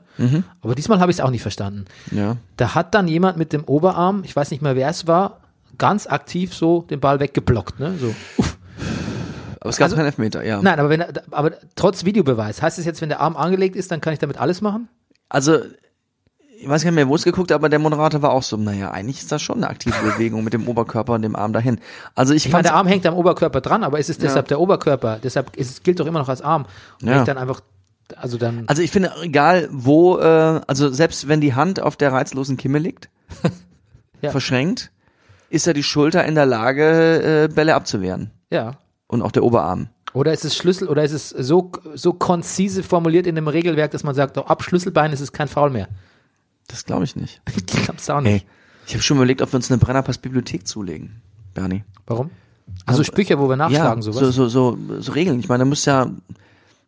D: Aber diesmal habe ich es auch nicht verstanden.
A: Ja.
D: Da hat dann jemand mit dem Oberarm, ich weiß nicht mehr wer es war, ganz aktiv so den Ball weggeblockt, ne? So.
A: Aber es gab
D: Also-
A: keinen Elfmeter, ja.
D: Nein, aber wenn er, aber trotz Videobeweis, heißt es jetzt, wenn der Arm angelegt ist, dann kann ich damit alles machen?
A: Also, ich weiß gar nicht mehr, wo es geguckt, aber der Moderator war auch so, naja, eigentlich ist das schon eine aktive Bewegung mit dem Oberkörper und dem Arm dahin. Also ich,
D: Ich meine,
A: fand,
D: der Arm hängt am Oberkörper dran, aber ist es deshalb der Oberkörper? Deshalb ist, es gilt doch immer noch als Arm. Und
A: Ja.
D: wenn ich dann einfach, also dann,
A: also ich finde, egal wo, äh, also selbst wenn die Hand auf der reizlosen Kimme liegt,
D: Ja.
A: verschränkt, ist ja die Schulter in der Lage, äh, Bälle abzuwehren.
D: ja.
A: Und auch der Oberarm.
D: Oder ist es Schlüssel, oder ist es so, so konzise formuliert in dem Regelwerk, dass man sagt, oh, ab Schlüsselbein ist es kein Foul mehr.
A: Das glaube ich nicht.
D: Ich glaub's auch
A: Ey,
D: nicht.
A: ich habe schon überlegt, ob wir uns eine Brennerpass-Bibliothek zulegen, Bernie.
D: Warum? Also Sprüche, wo wir
A: ja,
D: nachschlagen, sowas.
A: So, so, so, so Regeln. Ich meine, da muss ja,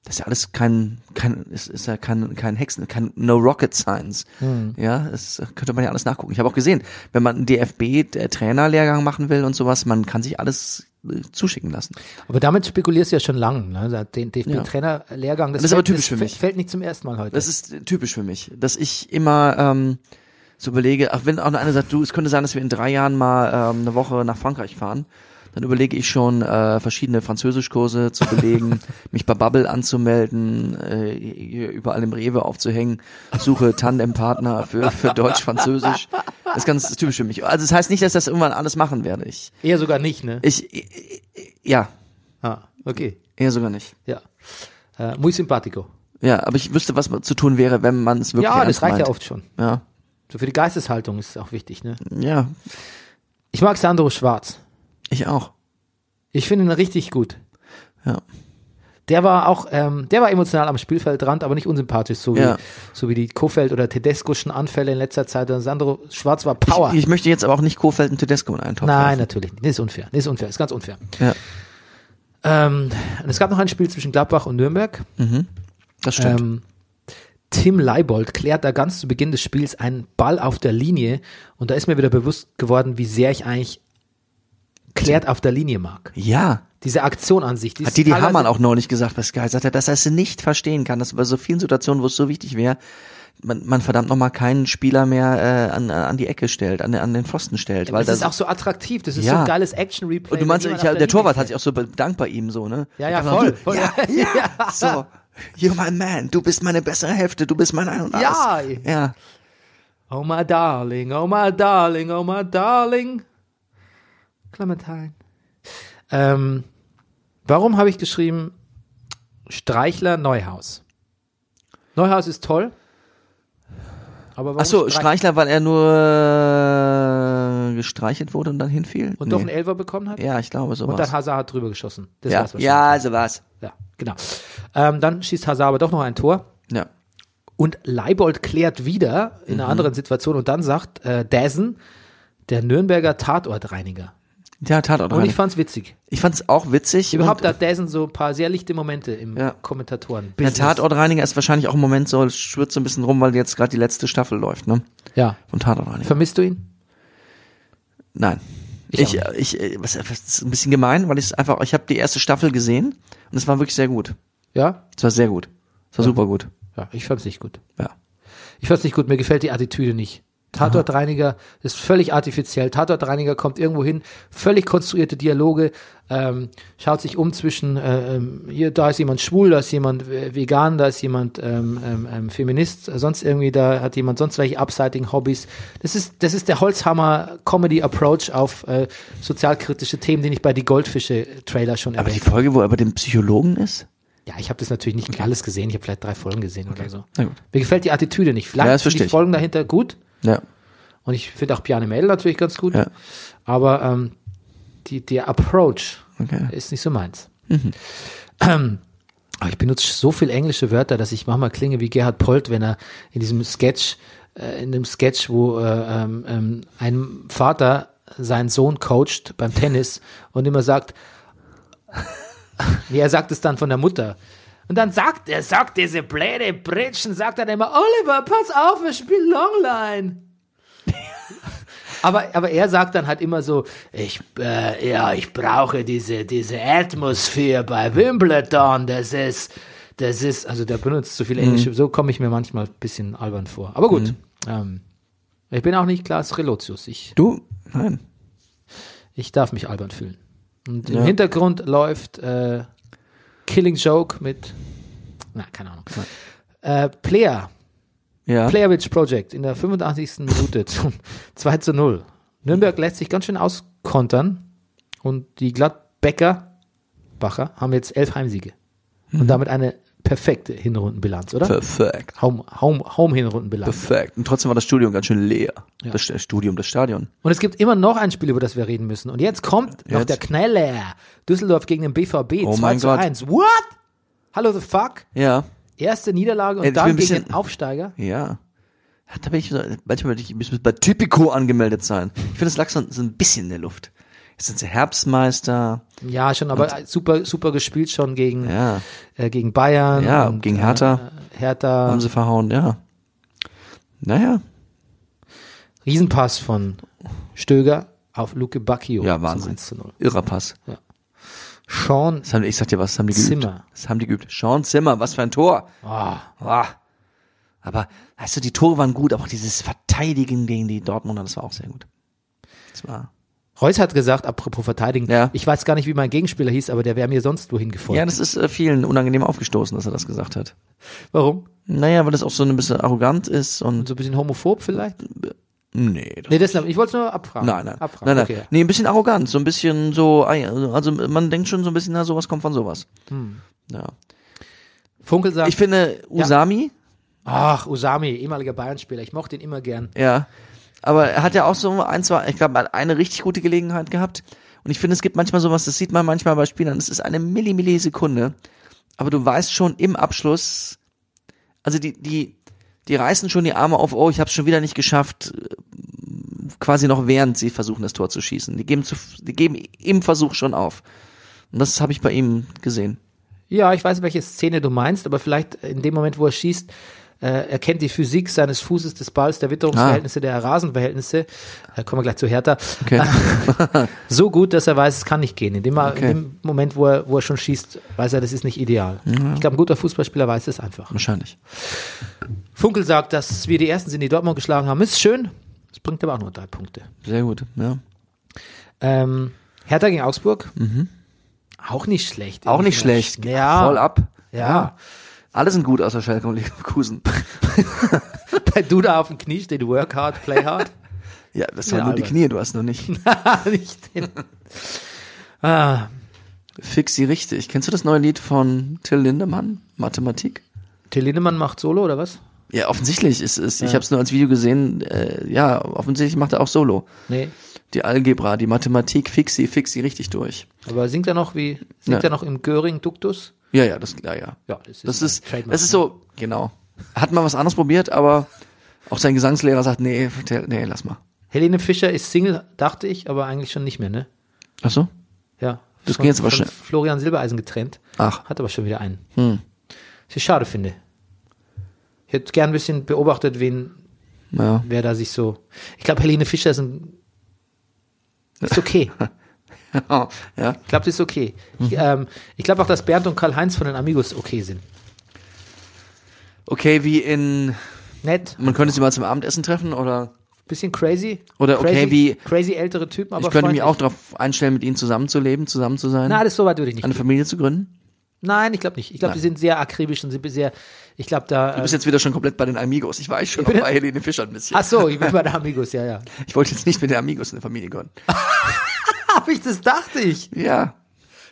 A: das ist ja alles kein, kein, ist, ist ja kein, kein Hexen, kein No Rocket Science.
D: Hm.
A: Ja, das könnte man ja alles nachgucken. Ich habe auch gesehen, wenn man einen DFB der Trainerlehrgang machen will und sowas, man kann sich alles äh, zuschicken lassen.
D: Aber damit spekulierst du ja schon lange, ne? Seit Den DFB-Trainer-Lehrgang,
A: Das ist aber
D: fällt-
A: typisch für
D: fä-
A: mich.
D: fällt nicht zum ersten Mal heute.
A: Das ist typisch für mich, dass ich immer ähm, so überlege, ach, wenn auch nur einer sagt, du, es könnte sein, dass wir in drei Jahren mal ähm, eine Woche nach Frankreich fahren, dann überlege ich schon, äh, verschiedene Französischkurse zu belegen, mich bei Bubble anzumelden, äh, hier überall im Rewe aufzuhängen, suche Tandempartner für, für Deutsch, Französisch. Das ist ganz typisch für mich. Also es das heißt nicht, dass ich das irgendwann alles machen werde. Ich,
D: Eher sogar nicht, ne?
A: ich, ich ja,
D: Ah, okay.
A: eher sogar nicht.
D: Ja. Äh, muy simpático.
A: Ja, aber ich wüsste, was zu tun wäre, wenn man es wirklich
D: Ja, das
A: ernst
D: reicht
A: meint.
D: ja oft schon.
A: Ja,
D: So für die Geisteshaltung ist es auch wichtig, ne?
A: ja,
D: Ich mag Sandro Schwarz.
A: ich auch.
D: Ich finde ihn richtig gut.
A: Ja.
D: Der war auch, ähm, der war emotional am Spielfeldrand, aber nicht unsympathisch, so wie,
A: Ja.
D: so wie die Kofeld oder Tedeskoschen Anfälle in letzter Zeit. Und Sandro Schwarz war Power.
A: Ich, ich möchte jetzt aber auch nicht Kofeld und Tedesco in einen Topf
D: Nein,
A: werfen.
D: natürlich nicht. Das ist unfair. Das ist unfair. Das ist ganz unfair.
A: Ja.
D: Ähm, und es gab noch ein Spiel zwischen Gladbach und Nürnberg.
A: Das stimmt.
D: Ähm, Tim Leibold klärt da ganz zu Beginn des Spiels einen Ball auf der Linie und da ist mir wieder bewusst geworden, wie sehr ich eigentlich klärt auf der Linie mag.
A: ja.
D: Diese Aktion an sich. Die
A: Hat
D: ist
A: Didi
D: teilweise-
A: Hamann auch neulich gesagt bei Sky, sagt er, dass er es nicht verstehen kann, dass bei so vielen Situationen, wo es so wichtig wäre, man, man verdammt nochmal keinen Spieler mehr äh, an, an die Ecke stellt, an, an den Pfosten stellt. weil
D: Das ist
A: das-
D: auch so attraktiv. Das ist
A: Ja.
D: so ein geiles Action-Replay.
A: und du meinst,
D: wenn
A: ich,
D: jemand
A: der,
D: auf
A: Torwart
D: Linie
A: hat sich auch so bedankt bei ihm so, ne?
D: Ja, ja,
A: Und dann
D: voll,
A: so,
D: voll,
A: ja, ja,
D: ja.
A: so, you're my man, du bist meine bessere Hälfte, du bist mein Ein und Alles.
D: Ja.
A: ja.
D: steht. Oh my darling, oh my darling, oh my darling. Clementine. Ähm, warum habe ich geschrieben Streichler Neuhaus? Neuhaus ist toll. Aber warum
A: Ach so,
D: Streich-
A: Streichler, weil er nur äh, gestreichelt wurde und dann hinfiel?
D: und doch
A: Nee.
D: einen Elfer bekommen hat?
A: Ja, ich glaube so
D: und dann
A: was.
D: Hazard hat drüber geschossen. Das
A: Ja,
D: war's wahrscheinlich.
A: ja so was.
D: ja genau. Ähm, dann schießt Hazard aber doch noch ein Tor.
A: Ja.
D: Und Leibold klärt wieder in
A: Mhm.
D: einer anderen Situation und dann sagt äh, Dazen, der Nürnberger Tatortreiniger.
A: Ja, Tatort.
D: Und ich
A: Rainer.
D: fand's witzig.
A: Ich fand's auch witzig.
D: Überhaupt
A: und,
D: hat Dazen so ein paar sehr lichte Momente im
A: Ja.
D: Kommentatoren.
A: der Tatortreiniger ist wahrscheinlich auch im Moment so, schwirrt so ein bisschen rum, weil jetzt gerade die letzte Staffel läuft, ne?
D: Ja.
A: Vom Tatortreiniger.
D: Vermisst du ihn?
A: Nein. Ich, äh, ich, äh, was, was das ist ein bisschen gemein, weil ich einfach, ich habe die erste Staffel gesehen und es war wirklich sehr gut.
D: Ja?
A: Es war sehr gut. Es war super gut.
D: Ja, ich fand's nicht gut.
A: Ja.
D: Ich fand's nicht gut, mir gefällt die Attitüde nicht. Tatortreiniger ist völlig artifiziell. Tatortreiniger kommt irgendwo hin, völlig konstruierte Dialoge, ähm, schaut sich um zwischen, äh, ähm, hier, da ist jemand schwul, da ist jemand äh, vegan, da ist jemand ähm, ähm, ähm, Feminist, äh, sonst irgendwie, da hat jemand sonst welche abseitigen Hobbys. Das ist, das ist der Holzhammer-Comedy-Approach auf äh, sozialkritische Themen, den ich bei Die Goldfische-Trailer schon
A: Aber die
D: erwähnt
A: Folge, wo er bei dem Psychologen ist?
D: Ja, ich habe das natürlich nicht alles gesehen, ich habe vielleicht drei Folgen gesehen oder so.
A: Na gut.
D: Mir gefällt die Attitüde nicht. Vielleicht
A: Ja, das
D: sind
A: verstehe
D: die
A: ich.
D: Folgen dahinter gut.
A: Ja.
D: Und ich finde auch Piane Mädel natürlich ganz gut.
A: Ja.
D: Aber ähm, die, der Approach
A: Okay. Mhm.
D: ist nicht so meins. Ähm, aber ich benutze so viel englische Wörter, dass ich manchmal klinge wie Gerhard Polt, wenn er in diesem Sketch, äh, in dem Sketch, wo äh, ähm, ähm, ein Vater seinen Sohn coacht beim Tennis und immer sagt, nee, er sagt es dann von der Mutter. Und dann sagt er, sagt diese blöde Britschen, sagt dann immer, Oliver, pass auf, wir spielen Longline. Aber, aber er sagt dann halt immer so, ich, äh, ja, ich brauche diese, diese Atmosphäre bei Wimbledon, das ist, das ist, also der benutzt so viel Englisch, so komme ich mir manchmal ein bisschen albern vor. Aber gut, ähm, ich bin auch nicht Klaas Relotius, ich,
A: Du? Nein.
D: ich darf mich albern fühlen. Und im Hintergrund läuft äh, Killing Joke mit, na, keine Ahnung, äh, Player.
A: Ja.
D: Playerwitch Project in der 85. Minute zum 2 zu 0. Nürnberg lässt sich ganz schön auskontern und die Gladbecker Bacher haben jetzt elf Heimsiege.
A: Mhm.
D: Und damit eine perfekte Hinrundenbilanz, oder?
A: Perfekt.
D: Home, Home, Home Hinrundenbilanz.
A: Perfekt. Und trotzdem war das Studium ganz schön leer. Das St- Studium, das Stadion.
D: Und es gibt immer noch ein Spiel, über das wir reden müssen. Und jetzt kommt noch
A: Jetzt?
D: der Knaller. Düsseldorf gegen den BVB.
A: Oh
D: 2
A: mein
D: zu
A: Gott.
D: 1. What? Hallo the fuck?
A: Ja.
D: Erste Niederlage und
A: Ey, das
D: dann
A: bin ein
D: gegen
A: bisschen-
D: den Aufsteiger.
A: Ja. Ja, Da bin ich, so- manchmal bin ich, ich muss bei Typico angemeldet sein. Ich finde, das lag so, so ein bisschen in der Luft. Jetzt sind sie Herbstmeister.
D: Ja, schon, aber super, super gespielt schon gegen,
A: Ja.
D: äh, gegen Bayern.
A: Ja, gegen Hertha.
D: Äh, Hertha.
A: Haben sie verhauen, ja. Naja.
D: Riesenpass von Stöger auf Luke Bacchio.
A: Ja,
D: zum
A: Wahnsinn.
D: 1 zu 0.
A: Irrer Pass.
D: Sean,
A: Das haben, ich sag dir was, das haben die geübt.
D: Zimmer.
A: Das haben die geübt. Sean Zimmer, was für ein Tor. Ah. Aber, weißt du, die Tore waren gut, aber auch dieses Verteidigen gegen die Dortmunder, das war auch sehr gut. Das war,
D: Reus hat gesagt, apropos verteidigen,
A: Ja.
D: ich weiß gar nicht, wie mein Gegenspieler hieß, aber der wäre mir sonst wohin gefolgt.
A: ja, das ist äh, vielen unangenehm aufgestoßen, dass er das gesagt hat.
D: Warum?
A: Naja, weil das auch so ein bisschen arrogant ist und,
D: So ein bisschen homophob vielleicht?
A: nee,
D: Nee, das, ich wollte es nur abfragen.
A: Nein, nein.
D: Abfragen.
A: nein, nein.
D: Okay.
A: Nee, ein bisschen arrogant, so ein bisschen so, also man denkt schon so ein bisschen, na, sowas kommt von sowas.
D: Hm.
A: Ja.
D: Funkel sagt,
A: Ich finde Usami,
D: ach, Usami, ehemaliger Bayern-Spieler, ich mochte ihn immer gern.
A: ja. aber er hat ja auch so ein, zwei, ich glaube, er hat eine richtig gute Gelegenheit gehabt. Und ich finde, es gibt manchmal sowas, das sieht man manchmal bei Spielern, es ist eine Millisekunde, aber du weißt schon im Abschluss, also die, die, die reißen schon die Arme auf, oh, ich hab's schon wieder nicht geschafft, äh, quasi noch während sie versuchen, das Tor zu schießen. Die geben, zu, die geben im Versuch schon auf. Und das habe ich bei ihm gesehen.
D: Ja, ich weiß, welche Szene du meinst, aber vielleicht in dem Moment, wo er schießt, äh, er kennt die Physik seines Fußes, des Balls, der
A: Ah.
D: Witterungsverhältnisse, der Rasenverhältnisse. Da kommen wir gleich zu Hertha.
A: Okay.
D: So gut, dass er weiß, es kann nicht gehen. In dem,
A: Okay.
D: in dem Moment, wo er, wo er schon schießt, weiß er, das ist nicht ideal. Ich glaube, ein guter Fußballspieler weiß das einfach.
A: Wahrscheinlich.
D: Funkel sagt, dass wir die Ersten sind, die Dortmund geschlagen haben. Ist schön. Das bringt aber auch nur drei Punkte.
A: Sehr gut, ja.
D: Ähm, Hertha gegen Augsburg. Auch nicht schlecht.
A: Mhm. Auch nicht schlecht.
D: Ja.
A: Voll ab.
D: Ja.
A: Alle sind gut außer Schalke und Leverkusen.
D: Bei Duda auf dem Knie steht Work hard, play hard.
A: Ja, das waren
D: Ja,
A: nur die
D: Albert.
A: Knie, du hast noch nicht.
D: nicht den. Ah,
A: Fix sie richtig. Kennst du das neue Lied von Till Lindemann? Mathematik?
D: Till Lindemann macht Solo oder was?
A: Ja, offensichtlich ist es. Ich habe es nur als Video gesehen. Äh, ja, offensichtlich macht er auch Solo.
D: Nee.
A: Die Algebra, die Mathematik, fix sie, fix sie richtig durch.
D: Aber singt er noch wie, singt
A: Ja.
D: er noch im Göring-Duktus?
A: Ja, ja, das, ja, ja.
D: Ja, das ist
A: Das
D: ein
A: ist,
D: Trademark, ne?
A: das ist so, genau. Hat mal was anderes probiert, aber auch sein Gesangslehrer sagt, nee, Till, nee, lass mal.
D: Helene Fischer ist Single, dachte ich, aber eigentlich schon nicht mehr, ne?
A: Ach so?
D: Ja.
A: Das
D: Von-
A: ging jetzt aber
D: von
A: schnell.
D: Florian Silbereisen getrennt.
A: Ach.
D: Hat aber schon wieder einen. Hm. Was ich schade finde. Ich hätte gern ein bisschen beobachtet, wen,
A: Ja.
D: wer da sich so. Ich glaube, Helene Fischer ist ein. Ist okay.
A: Oh, ja.
D: Ich glaube, das ist okay. Ich,
A: Mhm.
D: ähm, ich glaube auch, dass Bernd und Karl-Heinz von den Amigos okay sind.
A: Okay, wie in,
D: Nett,
A: man könnte sie mal zum Abendessen treffen oder
D: bisschen crazy.
A: Oder
D: crazy,
A: okay, wie-
D: Crazy ältere Typen, aber
A: ich könnte mich auch
D: freundlich.
A: darauf einstellen, mit ihnen zusammenzuleben, zusammen zu sein,
D: Na, das so weit würde ich nicht.
A: eine Familie zu gründen.
D: Nein, ich glaube nicht. Ich glaube, die sind sehr akribisch und sind sehr. Ich glaube, da.
A: Du
D: Äh,
A: bist jetzt wieder schon komplett bei den Amigos. Ich war schon noch bei Helene Fischer ein bisschen.
D: ach so, ich bin bei den Amigos, ja, ja.
A: Ich wollte jetzt nicht mit den Amigos eine Familie gründen.
D: Hab ich, das dachte ich.
A: Ja.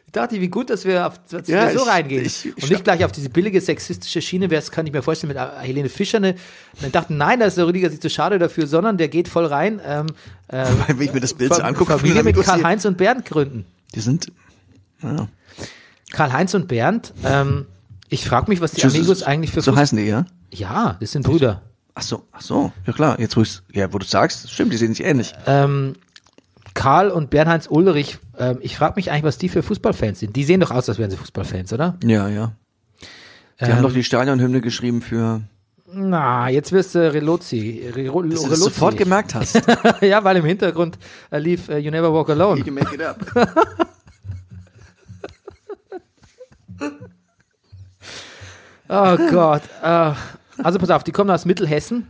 D: Ich dachte, wie gut, dass wir, auf, dass
A: Ja,
D: wir so
A: ich-
D: reingehen.
A: ich- ich-
D: und nicht gleich auf diese billige sexistische Schiene, wer es kann ich mir vorstellen, mit äh, Helene Fischer. Eine, dann dachten, nein, da ist der Rüdiger sich zu schade dafür, sondern der geht voll rein. Ähm, äh,
A: Wenn ich mir das Bild so angucke, von den
D: Familie mit
A: Amigos hier-
D: Karl-Heinz und Bernd gründen.
A: Die sind, Ah. ja.
D: Karl-Heinz und Bernd, ähm, ich frage mich, was die
A: Tschüss,
D: Amigos
A: ist-
D: eigentlich für
A: So
D: Fuß-
A: heißen die, ja?
D: Ja, das sind Brüder.
A: Ach so, ach so. Ja klar, jetzt wo ich's, ja, wo du sagst, stimmt, die sehen sich ähnlich.
D: Ähm, Karl und Bernhard Ulrich, ähm, ich frage mich eigentlich, was die für Fußballfans sind. Die sehen doch aus, als wären sie Fußballfans, oder?
A: Ja, ja. Die
D: Ähm.
A: haben doch die Stadionhymne geschrieben für,
D: Na, jetzt wirst du Relozzi. Re Re
A: dass du das sofort gemerkt hast.
D: ja, weil im Hintergrund äh, lief äh, You Never Walk Alone.
A: make it up.
D: Oh Gott. Äh, also pass auf, die kommen aus Mittelhessen.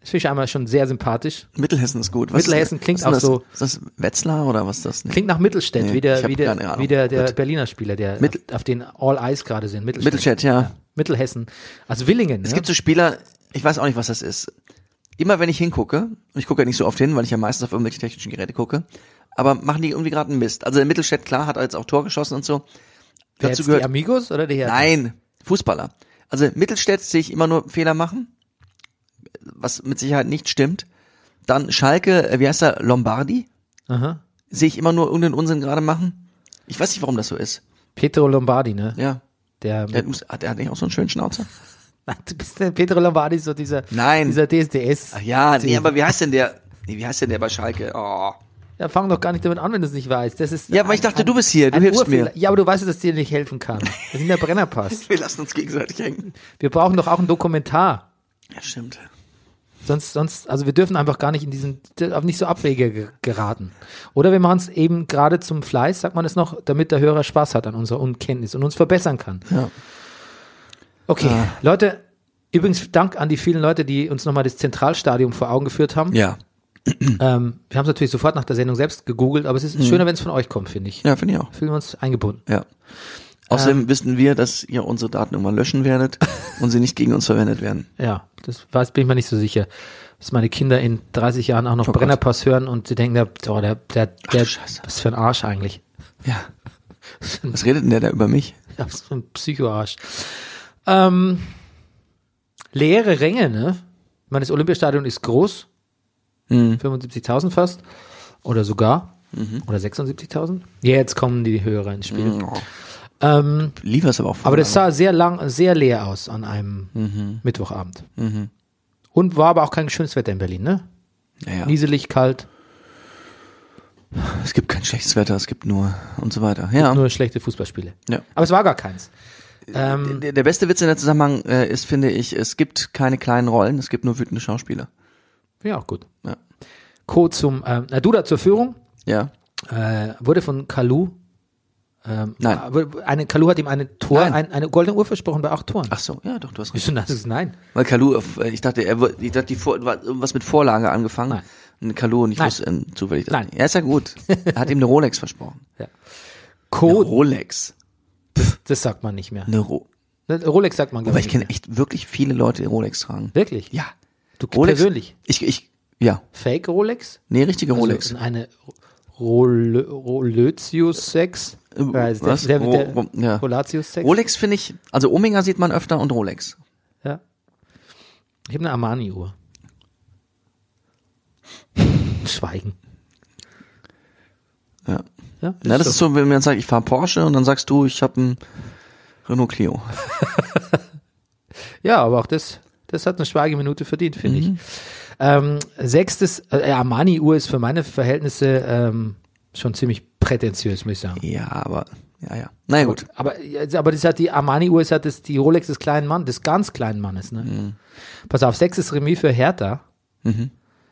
D: Das finde ich einmal schon sehr sympathisch.
A: Mittelhessen ist gut. Was
D: Mittelhessen
A: ist,
D: klingt
A: was ist
D: auch
A: das?
D: so.
A: Ist das Wetzlar oder was ist das? Nee.
D: Klingt nach Mittelstädt,
A: Nee,
D: wie
A: ich
D: der,
A: hab
D: wie der,
A: keine Ahnung.
D: wie der, der
A: Gut.
D: Berliner Spieler, der
A: Mittel-
D: auf, auf den All Eyes gerade sind. Mittelstädt.
A: Mittelstädt, ja.
D: Mittelhessen. Also Willingen.
A: Es
D: ja?
A: gibt so Spieler, ich weiß auch nicht, was das ist. Immer wenn ich hingucke, und ich gucke ja nicht so oft hin, weil ich ja meistens auf irgendwelche technischen Geräte gucke, aber machen die irgendwie gerade einen Mist. Also der Mittelstädt, klar, hat jetzt auch Tor geschossen und so. Dazu
D: Wer jetzt die
A: gehört,
D: Amigos oder die Hertha?
A: nein, Fußballer. Also Mittelstädt sehe ich immer nur Fehler machen, was mit Sicherheit nicht stimmt. Dann Schalke, äh, wie heißt er, Lombardi,
D: Aha.
A: sehe ich immer nur irgendeinen Unsinn gerade machen. Ich weiß nicht, warum das so ist.
D: Pietro Lombardi, ne?
A: Ja,
D: Der,
A: der, muss, hat, der hat nicht auch so einen schönen Schnauzer.
D: du bist der Pietro Lombardi, ist so dieser,
A: Nein.
D: dieser DSDS.
A: Ach ja, nee, aber wie heißt denn der? Nee, wie heißt denn der bei Schalke? Oh.
D: Ja, fang doch gar nicht damit an, wenn du es nicht weißt. Das ist
A: Ja, aber ich dachte, du bist hier, du hilfst
D: Urfehler.
A: mir.
D: Ja, aber du weißt, dass ich dir nicht helfen kann. Das ist in der Brennerpass.
A: Wir lassen uns gegenseitig hängen.
D: Wir brauchen doch auch ein Dokumentar.
A: Ja, stimmt.
D: Sonst, sonst, also wir dürfen einfach gar nicht in diesen, auf nicht so Abwege ge- geraten. Oder wir machen es eben gerade zum Fleiß, sagt man es noch, damit der Hörer Spaß hat an unserer Unkenntnis und uns verbessern kann.
A: Ja.
D: Okay,
A: Ah.
D: Leute, übrigens Dank an die vielen Leute, die uns nochmal das Zentralstadium vor Augen geführt haben.
A: Ja,
D: Ähm, wir haben es natürlich sofort nach der Sendung selbst gegoogelt, aber es ist schöner, wenn es von euch kommt, finde ich.
A: Hm. ja finde ich auch.
D: Fühlen wir uns eingebunden.
A: Ja. Außerdem wissen wir, dass ihr unsere Daten irgendwann löschen werdet und sie nicht gegen uns verwendet werden.
D: Ja, das weiß, bin ich mir nicht so sicher. Dass meine Kinder in 30 Jahren auch noch
A: Oh Gott.
D: Brennerpass hören und sie denken, der, oh, der, der, der
A: Scheiße.
D: was für ein Arsch eigentlich.
A: Ja. Was redet denn der da über mich?
D: Ja, was für ein Psychoarsch. Ähm, leere Ränge, ne? Ich meine, das Olympiastadion ist groß.
A: Hm. Mhm.
D: 75.000 fast. Oder sogar. Oder 76.000. Ja, jetzt kommen die Hörer ins Spiel. Ähm,
A: Lief es aber auch voll
D: aber das
A: lange.
D: sah sehr lang, sehr leer aus an einem
A: Mhm.
D: Mittwochabend. Und war aber auch kein schönes Wetter in Berlin, ne?
A: ja, ja.
D: Nieselig, kalt,
A: Es gibt kein schlechtes Wetter, es gibt nur und so weiter. Ja.
D: nur schlechte Fußballspiele.
A: Ja. Äh,
D: Aber es war gar keins. Ähm,
A: Der, der beste Witz in der Zusammenhang äh, ist, finde ich, es gibt keine kleinen Rollen, es gibt nur wütende Schauspieler.
D: Finde ich auch gut.
A: äh, Ja.
D: Co. zum ähm, na, Duda zur Führung
A: Ja.
D: äh, wurde von Kalu. Ähm,
A: Nein.
D: äh, wurde- Eine, Kalu hat ihm eine Tor,
A: Nein.
D: ein, eine goldene Uhr versprochen bei acht Toren.
A: Ach so, ja, doch, du hast recht.
D: Wieso das ist nein?
A: Weil Kalu, auf- ich dachte, er, wo- ich dachte, die Vor war irgendwas mit Vorlage angefangen.
D: Nein.
A: Und Kalu und ich
D: Nein.
A: wusste ähm, zufällig das.
D: Nein.
A: nicht. Ja, ist ja gut. Er hat ihm eine Rolex versprochen.
D: Co.
A: Rolex.
D: Das sagt man nicht mehr.
A: Eine Ro
D: Ne, Rolex sagt man gar
A: Aber ich
D: nicht.
A: kenne echt wirklich viele Leute, die Rolex tragen.
D: Wirklich?
A: Ja.
D: Du
A: Rolex.
D: persönlich.
A: Ich, ich, ja.
D: Fake Rolex?
A: Nee, richtige Rolex.
D: Also eine Role, Rolötius 6?
A: Ähm,
D: Weiß
A: was?
D: Der, der, der,
A: Ro- Ro- ja.
D: Rolatius 6?
A: Rolex finde ich, also Omega sieht man öfter und Rolex.
D: Ja. Ich habe eine Armani-Uhr. Schweigen.
A: Ja.
D: Ja,
A: Na, das ist so, wenn man sagt, ich fahre Porsche und dann sagst du, ich habe einen Renault Clio.
D: ja, aber auch das, das hat eine Schweigeminute verdient, finde
A: Mhm.
D: ich. Ähm, sechstes, äh, Armani-Uhr ist für meine Verhältnisse ähm, schon ziemlich prätentiös, muss ich sagen.
A: Ja, aber, ja, ja. Na ja, gut.
D: Aber, aber das hat die Armani-Uhr, ist halt das, die Rolex des kleinen Mannes, des ganz kleinen Mannes. Ne?
A: Mhm.
D: Pass auf, sechs ist Remis für Hertha.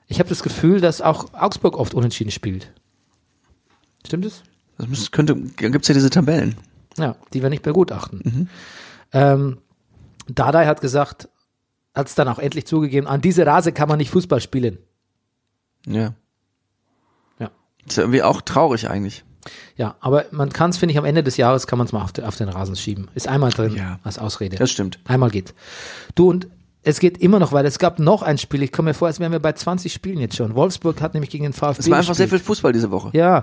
D: Ich habe das Gefühl, dass auch Augsburg oft unentschieden spielt. Stimmt es?
A: Das müsste, könnte, gibt's ja diese Tabellen.
D: Ja, die wir nicht begutachten.
A: Mhm.
D: Ähm, Dardai hat gesagt, hat es dann auch endlich zugegeben, an diese Rase kann man nicht Fußball spielen.
A: Ja.
D: Ja.
A: Ist ja irgendwie auch traurig eigentlich.
D: Ja, aber man kann es, finde ich, am Ende des Jahres kann man es mal auf, de- auf den Rasen schieben. Ist einmal drin
A: Ja.
D: als Ausrede.
A: Das stimmt.
D: Einmal geht. Du und es geht immer noch weiter. Es gab noch ein Spiel. Ich komme mir vor, als wären wir bei 20 Spielen jetzt schon. Wolfsburg hat nämlich gegen den VfB
A: Es war einfach sehr
D: gespielt.
A: viel Fußball diese Woche.
D: Ja.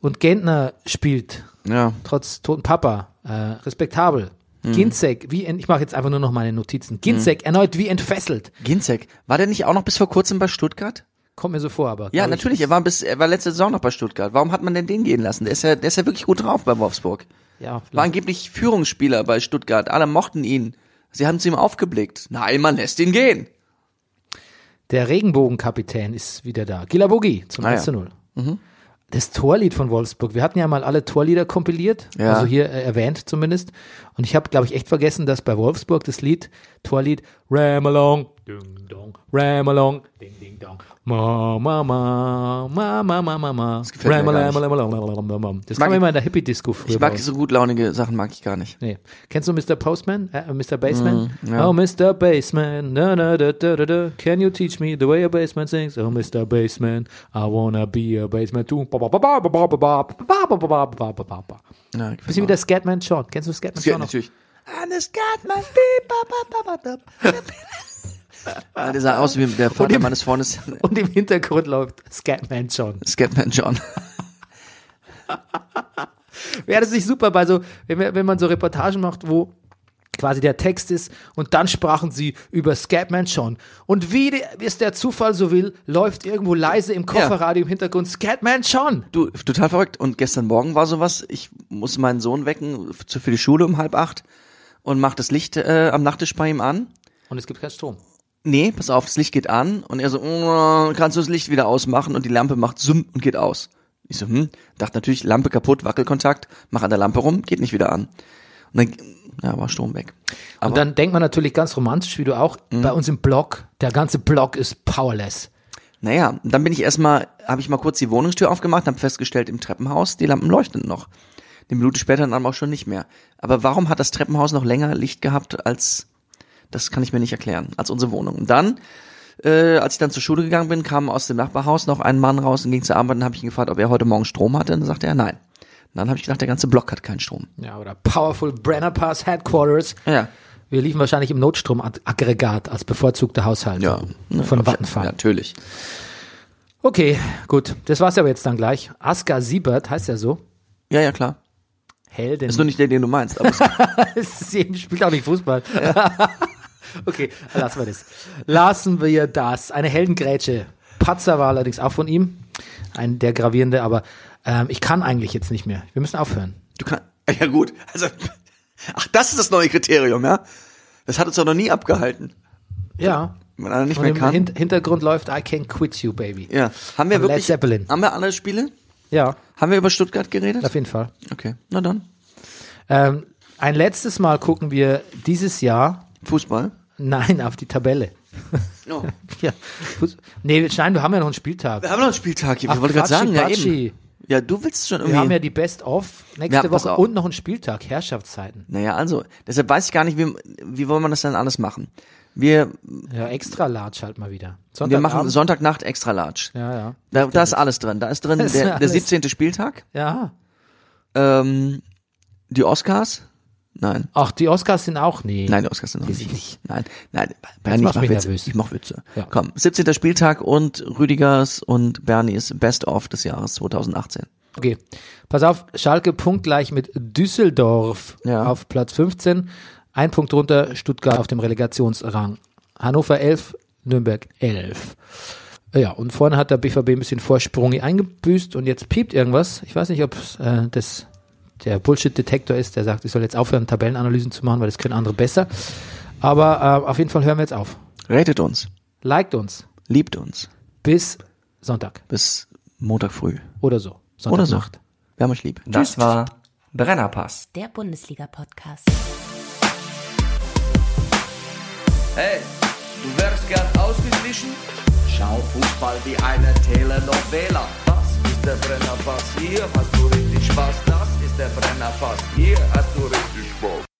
D: Und Gentner spielt
A: Ja.
D: trotz toten Papa äh, respektabel.
A: Mhm.
D: Ginzek, wie ent- ich mache jetzt einfach nur noch meine Notizen. Ginzek erneut wie entfesselt.
A: Ginzek, war der nicht auch noch bis vor kurzem bei Stuttgart?
D: Kommt mir so vor, aber
A: Ja,
D: glaub ich-
A: natürlich, er war bis, er war letzte Saison noch bei Stuttgart. Warum hat man denn den gehen lassen? Der ist ja, der ist ja wirklich gut drauf bei Wolfsburg.
D: Ja, vielleicht.
A: War angeblich Führungsspieler bei Stuttgart. Alle mochten ihn. Sie haben zu ihm aufgeblickt. Nein, man lässt ihn gehen.
D: Der Regenbogenkapitän ist wieder da. Gila Bogi zum
A: Ah, ja.
D: 1 zu 0. Das Torlied von Wolfsburg. Wir hatten ja mal alle Torlieder kompiliert,
A: Ja.
D: also hier äh, erwähnt zumindest. Und ich habe, glaube ich, echt vergessen, dass bei Wolfsburg das Lied, Torlied, Ram along, ding dong, ram along, ding ding dong, ma ma ma, ma ma ma ma ma,
A: gefällt mir
D: ram
A: gar
D: along,
A: nicht.
D: along, along, along, along, along. Das
A: Mag
D: kam
A: ich-
D: immer in der Hippie-Disco früher.
A: Ich
D: bei
A: mag
D: uns.
A: so gut launige Sachen, mag ich gar nicht.
D: Nee. Kennst du Mr. Postman? Äh, Mr. Baseman?
A: ja.
D: Oh, Mr. Baseman. Na, na, da, da, da, da. Can you teach me the way a baseman sings? Oh, Mr. Baseman. I wanna be a baseman too. Ba, ba, ba, ba, ba, ba, ba, ba, ba, ba, ba, ba, ba, ba, ba, ba.
A: Ja, gefällt
D: Bisschen
A: mir
D: wie der Scatman John. Kennst du Scatman
A: auch. ja,
D: John? noch?
A: natürlich. And it's got my beep, ba, ba, ba, ba, da. Ah, Der sah aus wie der Vater meines Freundes,
D: Und im Hintergrund läuft Scatman John.
A: Scatman John.
D: Wäre das nicht super bei so, wenn, wir- wenn man so Reportagen macht, wo quasi der Text ist und dann sprachen sie über Scatman John. Und wie de- es der Zufall so will, läuft irgendwo leise im Kofferradio im Hintergrund Scatman John.
A: Du, total verrückt. Und gestern Morgen war sowas. Ich muss meinen Sohn wecken f- zu- für die Schule um halb acht und mach das Licht äh, am Nachttisch bei ihm an.
D: Und es gibt keinen Strom.
A: Nee, pass auf, das Licht geht an. Und er so, "Mm, kannst du das Licht wieder ausmachen? Und die Lampe macht Summ und geht aus. Ich so, hm, dachte natürlich, Lampe kaputt, Wackelkontakt, mach an der Lampe rum, geht nicht wieder an. Und dann, ja, war Strom weg.
D: Und dann denkt man natürlich ganz romantisch, wie du auch, bei uns im Blog, der ganze Blog ist powerless.
A: Naja, und dann bin ich erstmal, habe ich mal kurz die Wohnungstür aufgemacht, habe festgestellt, im Treppenhaus, die Lampen leuchten noch. Eine Minute später dann aber auch schon nicht mehr. Aber warum hat das Treppenhaus noch länger Licht gehabt als, das kann ich mir nicht erklären, als unsere Wohnung. Und dann, äh, als ich dann zur Schule gegangen bin, kam aus dem Nachbarhaus noch ein Mann raus und ging zur Arbeit und habe ich ihn gefragt, ob er heute Morgen Strom hatte. Und dann sagte er, nein. Und dann habe ich gedacht, der ganze Block hat keinen Strom.
D: Ja, oder Powerful Brenner Pass Headquarters.
A: Ja.
D: Wir liefen wahrscheinlich im Notstromaggregat als bevorzugter Haushalt
A: Ne,
D: von Vattenfall.
A: natürlich.
D: Okay, gut. Das war's aber jetzt dann gleich. Aska Siebert heißt ja so.
A: Ja, ja, klar.
D: Heldin.
A: Ist nur nicht der, den du meinst, aber es
D: Sie spielt auch nicht Fußball. okay, lassen wir das. Lassen wir das. Eine Heldengrätsche. Patzer war allerdings auch von ihm. Ein der gravierende, aber ähm, ich kann eigentlich jetzt nicht mehr. Wir müssen aufhören.
A: Du kannst. Ja gut, also ach, das ist das neue Kriterium, ja? Das hat uns doch noch nie abgehalten,
D: Ja.
A: wenn einer nicht
D: Und
A: mehr
D: im
A: kann.
D: Hin Hintergrund läuft I Can't Quit You, Baby.
A: ja, haben wir
D: von Led
A: wirklich
D: Zeppelin.
A: haben wir alle Spiele?
D: Ja,
A: Haben wir über Stuttgart geredet?
D: auf jeden Fall.
A: Okay, na dann
D: Ähm, ein letztes Mal gucken wir dieses Jahr,
A: Fußball.
D: nein, auf die Tabelle.
A: Oh.
D: Ja. Fuß- Nee, nein, wir haben ja noch einen Spieltag.
A: Wir haben noch einen Spieltag hier.
D: Ach,
A: Ich wollte gerade sagen, ja
D: Quatschi,
A: eben. Ja, du willst schon
D: Wir
A: irgendwie.
D: haben ja die Best-of
A: Ja,
D: nächste
A: pass
D: Woche
A: auf.
D: und noch einen Spieltag, Herrschaftszeiten.
A: naja, also deshalb weiß ich gar nicht, wie, wie wollen wir das denn alles machen? Wir
D: Ja, extra large halt mal wieder.
A: wir machen
D: Sonntagabend-
A: Sonntagnacht extra large.
D: Ja, ja.
A: Da, da ist alles drin. Da ist drin
D: Da ist
A: der, der
D: alles.
A: 17. Spieltag,
D: Ja.
A: ähm, die Oscars. Nein.
D: Ach, die Oscars sind auch nie.
A: Nein, die Oscars sind noch
D: Die sind
A: nicht. Nein, nein, Bernie, ich
D: machst du
A: mach
D: mich
A: Witze.
D: nervös.
A: Ich mach Witze.
D: Ja.
A: Komm, 17. Spieltag und Rüdigers und Bernies Best of des Jahres 2018.
D: Okay. Pass auf, Schalke punktgleich mit Düsseldorf
A: Ja.
D: auf Platz 15. Ein Punkt runter, Stuttgart auf dem Relegationsrang. Hannover 11, Nürnberg 11. Ja, und vorne hat der BVB ein bisschen Vorsprung eingebüßt und jetzt piept irgendwas. Ich weiß nicht, ob äh, das der Bullshit-Detektor ist, der sagt, ich soll jetzt aufhören, Tabellenanalysen zu machen, weil das können andere besser. Aber äh, auf jeden Fall hören wir jetzt auf.
A: Ratet uns,
D: Liked uns.
A: liebt uns.
D: Bis Sonntag
A: Bis Montag früh.
D: oder so.
A: Oder so.
D: Sonntagnacht.
A: Wir haben euch lieb.
B: Das war Brennerpass.
C: Der Bundesliga-Podcast.
E: Hey, du wärst gern ausgeglichen? Schau Fußball wie eine Telenovela. Das ist der Brennerpass, hier hast du richtig Spaß. Das ist der Brennerpass, hier hast